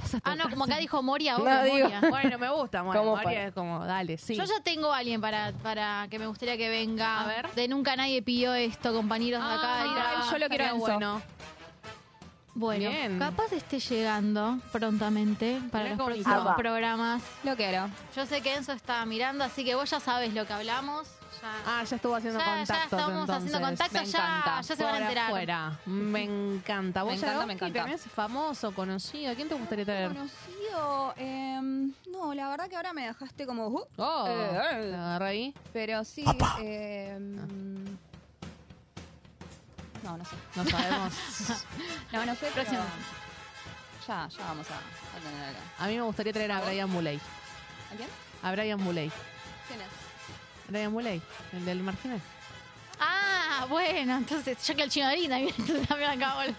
S2: cosas.
S5: Ah, no, como acá dijo Moria.
S2: No,
S5: obvio,
S2: digo-
S5: Moria.
S2: Bueno, me gusta Moria.
S5: ¿Cómo
S2: Moria
S5: para?
S2: es como, dale, sí.
S5: Yo ya tengo a alguien para, para que me gustaría que venga. A ver. Ah, De nunca nadie pidió esto, compañeros de acá.
S2: Ay,
S5: Era-
S2: Ah, yo lo quiero a
S5: estaría
S2: Enzo.
S5: Bueno. Bueno,
S2: Bien.
S5: capaz esté llegando prontamente para
S2: Mirá
S5: los
S2: cómo
S5: próximos
S2: hizo.
S5: programas.
S7: Lo quiero.
S5: Yo sé que Enzo está mirando, así que vos ya sabes lo que hablamos.
S2: Ah, ya estuvo haciendo
S5: Ya- ya
S2: contactos.
S5: estamos haciendo
S2: entonces.
S5: contactos, Me ya- encanta. ya se van a
S2: Por
S5: enterar.
S2: afuera. Me encanta. ¿Vos
S7: Me
S2: ya
S7: encanta,
S2: Doki,
S7: me encanta.
S2: tenés famoso, conocido? ¿Quién te gustaría tener?
S7: Conocido, em, no, la verdad que ahora me dejaste como. uh,
S2: Oh,
S7: eh, eh.
S2: la agarré ahí.
S7: Pero sí. em, no, no sé.
S2: No sabemos.
S7: no, no sé, pero
S2: Próximo.
S7: ya, ya vamos a, a tener acá.
S2: A mí me gustaría tener a Brian Muley.
S7: ¿A quién?
S2: A Brian Muley.
S7: ¿Quién es?
S2: Brian Muley, el del marginal.
S5: Ah, bueno, entonces yo que el chino Darín también, también acabo. Claro.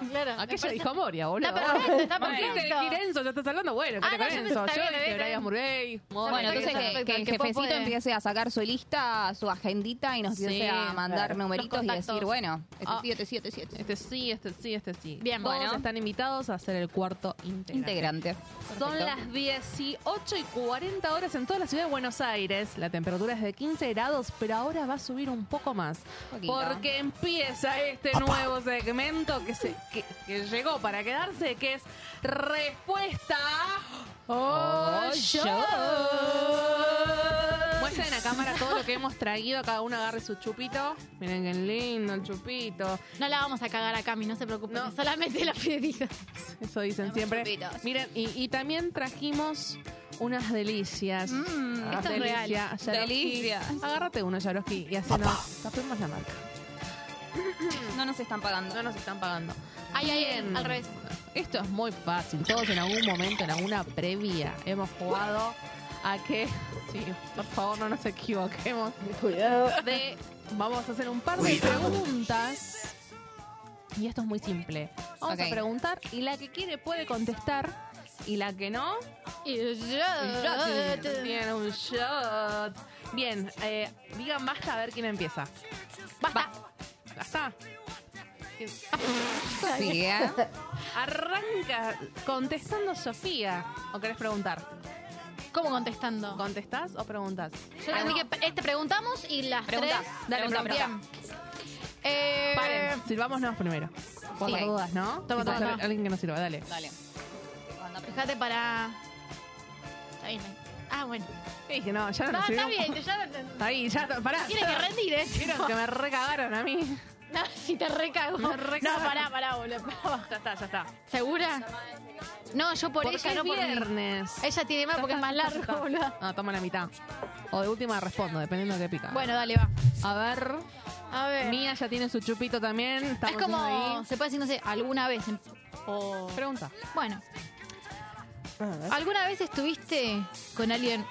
S5: me
S2: Aquella
S5: parece-
S2: dijo Moria, boludo.
S5: Está perfecto, está
S2: Bueno,
S5: perfecto.
S2: ¿qué te decir, Enzo? ¿Ya estás hablando? Bueno, ¿qué
S5: Ah,
S2: te
S5: no,
S2: parece,
S5: yo me-
S2: Enzo?
S5: está
S2: Yo
S5: bien,
S2: dije
S5: está
S2: Brian
S5: bien.
S2: Muley.
S7: Bueno, entonces que, que el jefecito empiece a sacar su lista, su agendita y nos
S2: Sí,
S7: empiece a mandar
S2: claro.
S7: numeritos y
S2: Los
S7: decir,
S2: contactos.
S7: bueno, este
S2: Ah.
S7: sí, este sí, este sí, este sí.
S2: Este sí, este sí, este sí.
S7: Bien,
S2: Todos
S7: bueno.
S2: están invitados a hacer el cuarto integrante.
S7: Integrante.
S2: Son
S7: Perfecto.
S2: las 18 y 40 horas en toda la ciudad de Buenos Aires. La temperatura es de 15 grados, pero ahora va a subir un poco más.
S7: Poquito.
S2: Porque empieza este nuevo segmento que, se, que, que llegó para quedarse, que es Respuesta
S3: Oh,
S2: o Show.
S3: Show.
S2: Muestren a cámara todo lo que hemos traído. Cada uno agarre su chupito. Miren qué lindo el chupito.
S5: No la vamos a cagar a Cami, no se preocupen. Solamente la fideos.
S2: Eso dicen siempre.
S5: chupitos.
S2: Miren, y, y también trajimos unas delicias.
S5: Mm, esto es real.
S2: Delicias.
S7: Delicias.
S2: Agárrate uno, Yaroski, y hacenos. Tapemos la marca.
S7: No nos están pagando.
S2: No nos están pagando.
S5: Ay, ay,
S2: Bien.
S5: al revés.
S2: Esto es muy fácil. Todos en algún momento, en alguna previa, hemos jugado a que. Sí, por favor, no nos equivoquemos.
S8: Cuidado.
S2: De, vamos a hacer un par de preguntas. Y esto es muy simple. Vamos
S7: Ok.
S2: a preguntar y la que quiere puede contestar. Y la que no.
S5: Y
S2: shot.
S5: yo-
S2: Tiene un shot. Bien, eh, digan basta a ver quién empieza.
S5: Basta.
S2: Basta.
S7: Sí, ¿eh?
S2: Arranca contestando Sofía. ¿O querés preguntar?
S5: ¿Cómo contestando?
S2: ¿Contestás o preguntas?
S5: Yo
S2: Ah,
S5: así
S2: no.
S5: que pre- te este preguntamos y las
S2: Pregunta,
S5: tres.
S2: dale,
S5: Pregunta,
S2: pregunta.
S5: bien. Eh,
S2: Paren, silbámonos primero. Por
S5: Sí.
S2: las dudas, ¿no? Toma, toma,
S5: Dale.
S2: toma, alguien que nos sirva, dale.
S7: Dale.
S5: Fíjate para. Está bien. Ah, bueno.
S2: Sí, dije, no, ya no
S5: No,
S2: nos
S5: está
S2: sirvió.
S5: bien, ya no-
S2: Ahí, ya, pará.
S5: Quiere que rendir, ¿eh?
S2: Vieron que me recagaron a mí.
S5: No, si te recago.
S2: Me recagaron.
S5: No, pará, pará, boludo.
S2: Ya está, ya está.
S5: ¿Segura? No, yo por
S2: Porque
S5: ella, no
S2: es
S5: por mí.
S2: viernes.
S5: Ella tiene más porque es más largo, boludo.
S2: No, toma la mitad. O de última respondo, dependiendo de qué pica.
S5: Bueno, dale, va.
S2: A ver.
S5: A ver.
S2: Mía ya tiene su chupito también.
S5: Es
S2: Estamos
S5: como,
S2: ahí.
S5: se puede decir, no sé, alguna vez. en- O...
S2: Pregunta. Ah,
S5: Bueno, ¿alguna vez estuviste con alguien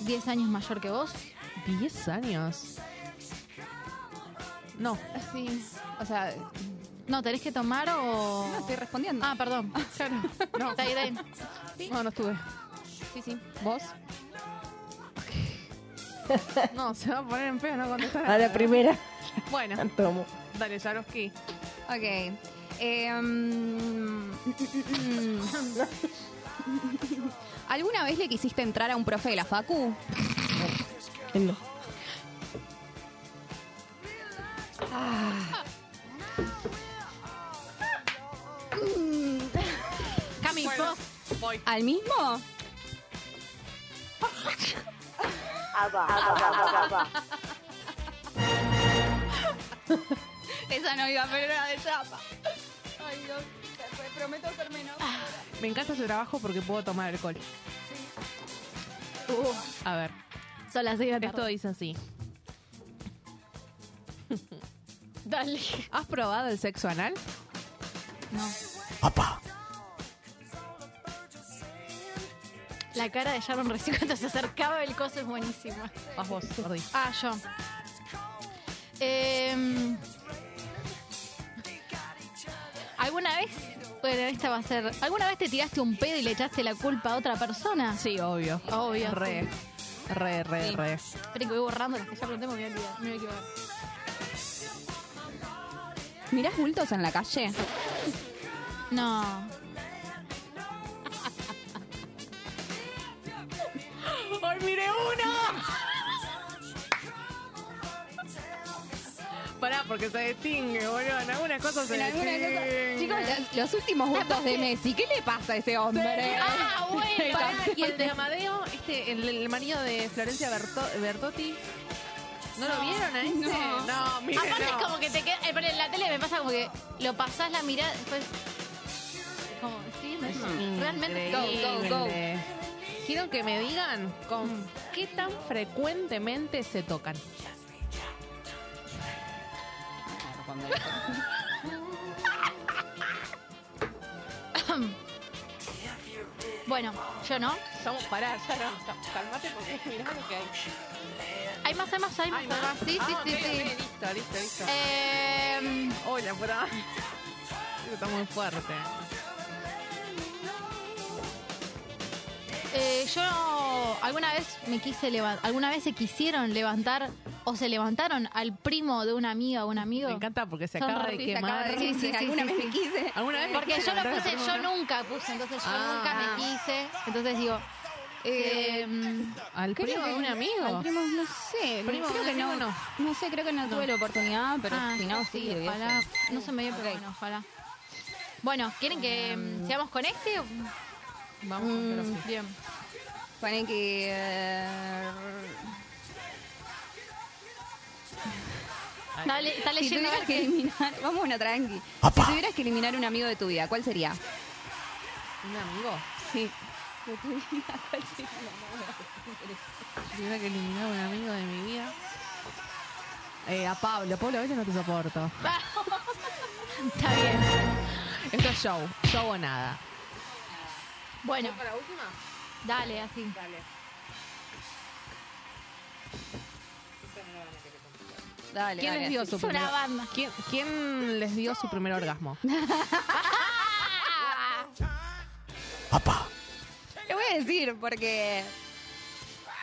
S5: 10 años mayor que vos?
S2: 10 años. No.
S5: Sí.
S7: O sea,
S5: No, tenés que tomar o.
S7: no estoy respondiendo.
S5: Ah, perdón.
S2: Claro. No.
S5: Está ahí, está ahí.
S2: No, no estuve.
S7: Sí, sí.
S2: ¿Vos? No, se va a poner en feo no contestar.
S8: A la primera.
S2: Bueno,
S8: Tomo.
S2: dale, Yaroski.
S7: Ok. Em, ¿Alguna vez le quisiste entrar a un profe de la Facu?
S8: No.
S5: Cami, vos.
S7: ¿Al mismo? Esa no iba, pero era de chapa. Ay, Dios, prometo ser menos.
S2: Me encanta su trabajo porque puedo tomar alcohol. A ver.
S5: Son las 6 de la
S2: Esto
S5: tarde.
S2: dice así.
S5: Dale.
S2: ¿Has probado el sexo anal?
S5: No. La cara de Sharon recién cuando se acercaba el coso es buenísima.
S2: Vas vos, Jordi.
S5: Ah, yo. Em, ¿Alguna vez? Bueno, esta va a ser. ¿Alguna vez te tiraste un pedo y le echaste la culpa a otra persona?
S2: Sí, obvio.
S5: Obvio,
S2: Re. Re, re,
S5: Sí.
S2: re.
S5: Esperen que voy borrando las que ya pregunté, me voy a olvidar. Me voy a equivocar.
S7: ¿Mirás bultos en la calle?
S5: No.
S2: porque se distingue, boludo. En algunas cosas se
S7: En alguna
S2: distingue.
S7: cosa- Chicos, los, los últimos votos de Messi, ¿qué le pasa a ese hombre?
S2: Ah, bueno.
S7: Pará,
S2: pará, y el de Amadeo, este, el, el marido de Florencia Berto- Bertotti. ¿No, lo vieron a ese?
S5: No,
S2: no miren,
S5: Aparte
S2: no.
S5: es como que te queda. eh, pero En la tele me pasa como que lo pasás la mirada, después. Como, sí, no sé. Realmente.
S2: Increíble. Quiero que me digan
S5: Mm.
S2: con qué tan frecuentemente se tocan.
S5: Bueno, yo no.
S2: Estamos pará, ya no. ca- Calmate porque mirá lo que hay.
S5: Hay más, hay más, hay más.
S2: Ay,
S5: hay
S2: no.
S5: más. Sí, sí,
S2: Ah,
S5: sí,
S2: ok,
S5: sí.
S2: ok, listo, listo, listo.
S5: Eh,
S2: Hola, pará. Está muy fuerte.
S5: Eh, yo alguna vez me quise levantar, alguna vez se quisieron levantar o se levantaron al primo de una amiga o un amigo. Me encanta
S2: porque se acaba de quemar.
S5: Sí, sí, sí,
S2: Alguna
S5: sí,
S2: vez
S5: sí.
S2: me quise. Alguna vez me
S5: Porque
S2: quise
S5: yo lo
S2: levantar
S5: puse,
S2: al primo
S5: yo
S2: de una-
S5: nunca puse, entonces yo
S2: Ah.
S5: nunca me quise. Entonces digo,
S7: Eh,
S5: em,
S2: ¿Al
S7: Creo
S2: primo de
S7: que-
S2: un amigo?
S7: al primo, no sé.
S5: Primo,
S7: creo que
S5: al primo
S7: no,
S5: no.
S7: no. sé, creo que no, tuve la oportunidad, pero
S5: Ah,
S7: si no, sí. hubiese.
S5: ojalá. No se me dio, pero bueno, ojalá. Bueno, ¿quieren que em, sigamos con este? o-
S7: Vamos con
S5: Mm,
S7: Crossfit.
S5: Bien.
S7: Ponen que... eh,
S5: Dale, está
S7: eh, si
S5: leyendo, a
S7: tuvieras
S5: ver
S7: que
S5: qué-
S7: eliminar, vamos una tranqui. Si tuvieras que eliminar un amigo de tu vida, ¿cuál sería?
S2: ¿Un amigo?
S7: Sí. De tu vida, ¿cuál sería el amigo?
S2: Tuviera que eliminar a un amigo de mi vida. Eh, a Pablo. Pablo, a veces no te soporto.
S5: Está bien.
S2: Esto es show. Show o nada.
S5: Bueno.
S2: ¿Voy para la última?
S5: Dale, así.
S2: Dale.
S7: Dale,
S2: ¿Quién
S7: dale,
S2: les dio
S7: así.
S2: su
S7: Es una
S2: primer
S7: banda.
S2: ¿Quién, quién Mm, les dio su primer orgasmo?
S7: Lo voy a decir porque...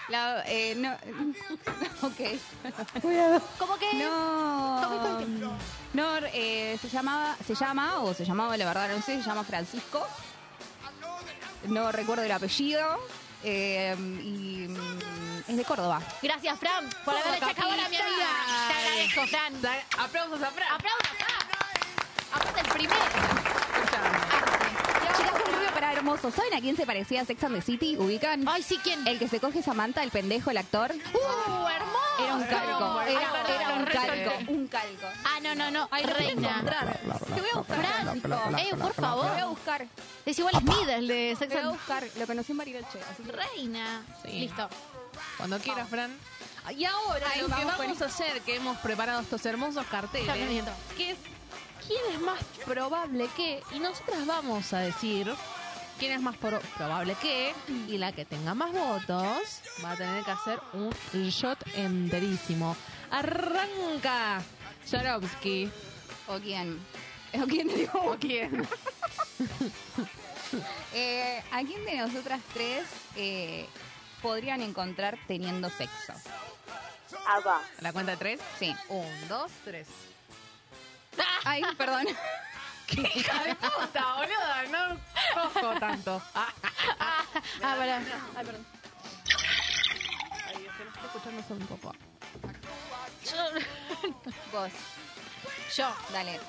S7: La, eh, no, ok.
S5: ¿Cómo que?
S7: No. No, eh, se llamaba, se llama, o se llamaba, la verdad, no sé, se llama Francisco. No recuerdo el apellido. eh, y mm, es de Córdoba.
S5: Gracias, Fran, por haber hecho acabar a mi amiga. Te agradezco, Fran.
S2: Aplausos a Fran.
S5: Aplausos a Fran. Aparte el primero.
S7: Chicas, un rubio para hermoso. ¿Saben a quién se parecía Sex and the City? ¿Ubican? Ay,
S5: sí, ¿quién?
S7: El que se coge Samantha, el pendejo, el actor.
S5: ¡Uh, hermoso!
S7: Era un calco.
S5: Ay,
S7: Era,
S5: perdón,
S7: era un
S5: re-
S7: calco. Un calco.
S5: Ah, no, no, no.
S7: lo voy a
S5: Reina.
S7: encontrar. Te voy a buscar.
S5: Francisco. Eh, por favor.
S7: Te voy a buscar.
S5: Es igual a Smith, el de Sex
S7: Te voy a
S5: and-
S7: buscar. Lo conocí en Bariloche. así que-
S5: Reina.
S2: Sí.
S5: Listo.
S2: Cuando quieras, Fran. Y ahora
S7: Ahí
S2: lo que
S7: vamos
S2: vamos
S7: con
S2: a hacer, que hemos preparado estos hermosos
S5: Ya me
S2: carteles,
S5: siento.
S2: que es quién es más probable que, y nosotras vamos a decir quién es más pro- probable que, y la que tenga más votos va a tener que hacer un shot enterísimo. Arranca Swarovski.
S7: ¿O quién? ¿O quién digo?
S2: ¿O quién?
S7: Eh, ¿A quién de nosotras tres eh, podrían encontrar teniendo sexo?
S12: Ava.
S2: ¿La cuenta de tres?
S7: Sí.
S2: Un, dos, tres.
S7: Ay, perdón.
S2: ¡Qué hija de puta, boluda! No cojo tanto. Ah,
S5: Ah, pará.
S2: Ay, perdón. Ay, Dios, que no estoy escuchando solo un poco.
S7: Vos.
S5: Yo.
S7: Dale.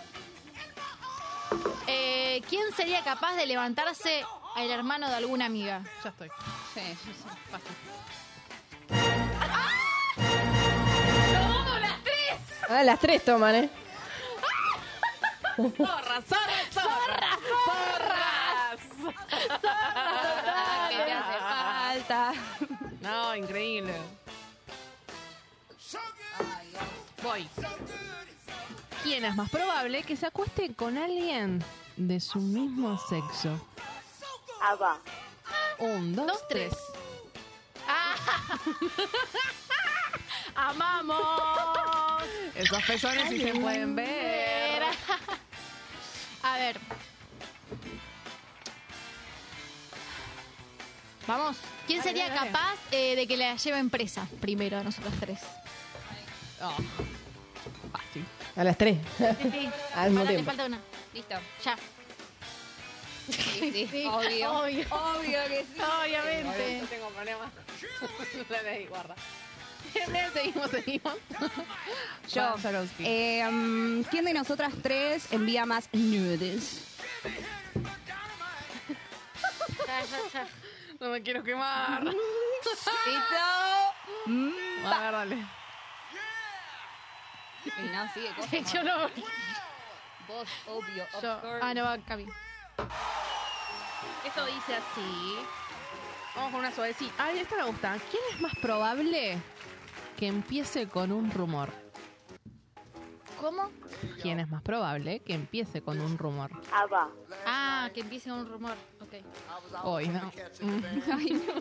S5: Eh, ¿Quién sería capaz de levantarse al hermano de alguna amiga?
S2: Ya estoy.
S7: Sí,
S5: las tres!
S8: Ah, las tres toman, ¿eh?
S2: ¡Zorra, zorra, zorra! ¡Zorras!
S7: ¿Qué te hace falta?
S2: No, increíble. Voy. ¿Quién es más probable que se acueste con alguien de su mismo sexo?
S12: Ava.
S2: Un, dos, Ah. tres.
S5: ¡Amamos!
S2: Esos pezones sí se pueden ver.
S5: A ver. Vamos. ¿Quién
S2: Dale,
S5: sería
S2: dale, dale.
S5: capaz eh, de que la lleven presa primero a nosotras tres?
S2: Oh.
S8: A las tres. Al mismo
S5: Ahora le
S8: tiempo.
S5: falta una.
S7: Listo.
S5: Ya.
S7: Sí, sí,
S5: Sí,
S7: obvio.
S5: obvio.
S7: Obvio que sí.
S5: Obviamente.
S2: tengo problemas. La ley, guarda. seguimos, seguimos.
S7: Yo. Eh, mm, ¿Quién de nosotras tres envía más nudes?
S2: No me quiero quemar.
S7: Listo.
S2: A ver, dale.
S7: Y no, sigue cosas
S5: Sí,
S7: más.
S5: yo no.
S7: Vos, obvio. of
S5: Yo-
S7: course.
S5: ah, no va, Cami.
S2: Esto dice así. Vamos con una suavecita. Ay, esta me gusta. ¿Quién es más probable que empiece con un rumor?
S5: ¿Cómo?
S2: ¿Quién es más probable que empiece con un rumor?
S5: Ava. Ah, que empiece un rumor. Ok.
S2: Hoy, ¿no? Mm,
S5: Ay,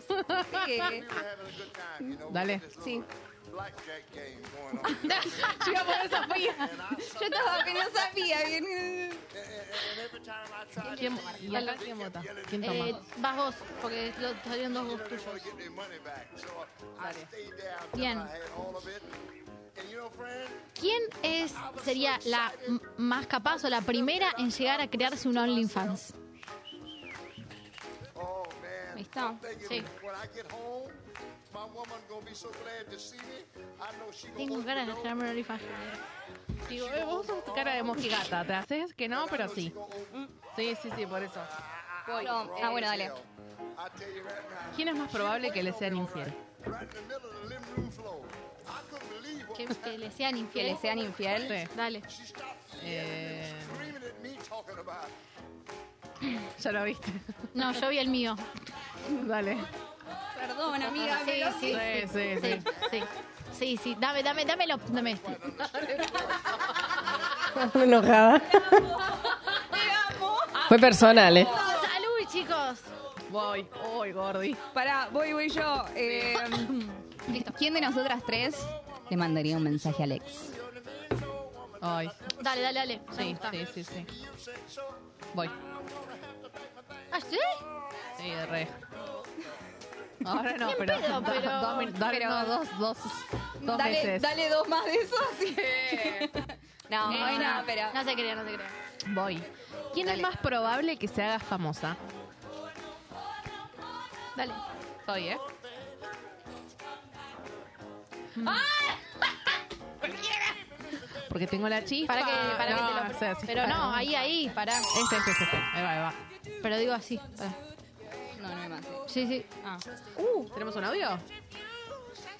S5: no.
S2: Dale.
S7: Sí.
S2: Yo iba a poner Sofía.
S7: Yo estaba que no sabía bien.
S5: ¿Quién,
S2: y acá quién vota? ¿Quién toma?
S5: Eh, vas vos, porque lo salieron dos vos tuyos. Bien. ¿Quién es, sería la m- más capaz o la primera en llegar a crearse un OnlyFans?
S7: Ahí está.
S5: Sí. Tengo ganas de crearme un OnlyFans.
S2: Digo, eh, vos sos cara de mojigata. ¿Te haces que no? Pero sí. Sí, sí, sí, por eso.
S7: Voy. Ah, bueno, dale.
S2: ¿Quién es más probable que le sean infiel?
S5: Que, que le sean infiel.
S7: Que le sean infiel.
S2: Sí.
S5: Dale.
S2: Eh, ya lo viste.
S5: No, yo vi el mío.
S2: Dale.
S7: Perdón, amiga.
S2: Ah,
S5: Sí,
S7: pero-
S5: sí,
S2: Sí, sí, sí.
S5: Sí, sí, sí. Dame, dame, dámelo. Dame este.
S8: Enojada. Fue personal, ¿eh?
S5: ¡Salud, chicos!
S2: Voy, voy, Gordi.
S7: Pará, voy, voy yo. Eh, ¿Quién de nosotras tres le mandaría un mensaje a Alex?
S2: Ay.
S5: Dale, dale, dale. Me
S2: Sí,
S5: gusta.
S2: sí, sí, sí. Voy.
S5: ¿Ah, sí?
S2: Eh, Sí, de re. Ahora no,
S5: Ni en
S2: pero.
S5: pedo,
S2: do-
S5: pero-
S2: dos min- dale,
S7: pero-
S2: no, dos, dos, dos
S7: dale,
S2: veces.
S7: dale dos más de esos. sí. no,
S5: Eh,
S7: ay, no,
S5: no,
S7: pero.
S5: no se crea, no se crea.
S2: Voy. ¿Quién es más probable que se haga famosa?
S5: Dale.
S2: Soy, ¿eh?
S5: Mm.
S2: Porque tengo la chispa.
S5: Para que, para que te
S2: Ah, No,
S5: lo-
S2: o sea, sí,
S5: Pero
S2: para-
S5: no, ahí, ahí, pará.
S2: Este, este, este. este. Ahí va, ahí va.
S5: Pero digo así. pará.
S7: No, no hay más.
S5: Sí, sí.
S7: Ah,
S2: Uh, ¿tenemos un audio?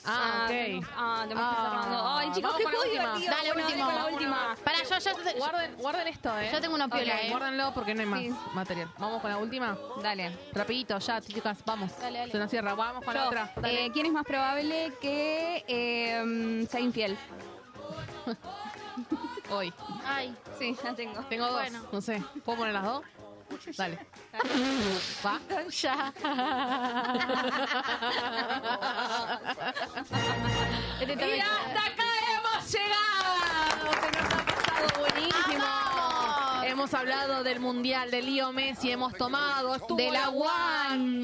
S2: Ah, ok.
S7: Ah, tenemos que
S2: Ah.
S7: estar armando. Ay, chicos,
S2: Vamos
S7: qué
S2: con la
S7: juego
S2: última.
S7: divertido.
S5: Dale,
S7: Bueno,
S5: último.
S7: con la
S2: Ah.
S7: última.
S5: Pará, yo, yo, yo-
S2: Guarden, guarden esto, ¿eh?
S5: Yo tengo una piola,
S2: Ok,
S5: ¿eh?
S2: Guárdenlo porque no hay más
S7: Sí.
S2: material. Vamos con la última.
S7: Dale.
S2: Rapidito, ya, chicas, vamos.
S5: Dale, dale.
S2: Se nos cierra, vamos con la
S7: Yo,
S2: otra. Dale.
S7: eh, ¿Quién es más probable que eh, sea infiel?
S2: Hoy.
S5: Ay,
S7: Sí, ya tengo.
S2: Tengo dos.
S5: Bueno.
S2: No sé. ¿Puedo poner las dos? Dale. ¿Va?
S5: ya. Este también.
S2: Y hasta acá hemos llegado. Se nos ha pasado buenísimo.
S5: ¡Vamos!
S2: Hemos hablado del Mundial de Lío Messi, hemos tomado, estuvo
S5: De la
S2: One.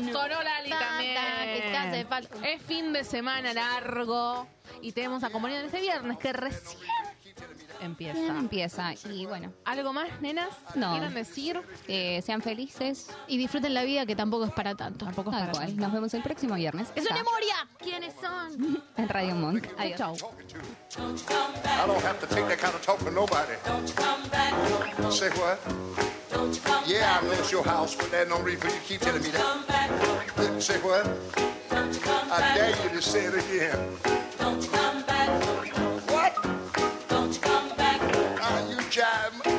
S5: One.
S2: Sonó Lali
S5: Tata,
S2: también.
S5: que te hace falta.
S2: Es fin de semana largo y te hemos acompañado en este viernes que recién
S7: ¿Quién
S2: empieza.
S7: empieza? Y bueno,
S2: ¿Algo más, nenas?
S7: No.
S2: ¿Quieren decir?
S7: eh, sean felices.
S5: Y disfruten la vida que tampoco es para tanto. Tampoco
S7: Tal cual. Nos vemos el próximo viernes.
S5: ¡Es
S7: acá,
S5: una memoria! ¿Quiénes son?
S7: En Radio Monk. Adiós.
S2: Chau.
S4: I don't have to take that kind of talk from nobody. Say what? yeah, I know it's your house, but that no reason for you to keep telling me that. Say what? I dare you to say it again. What? Don't Ah, you come back. Are you jiving?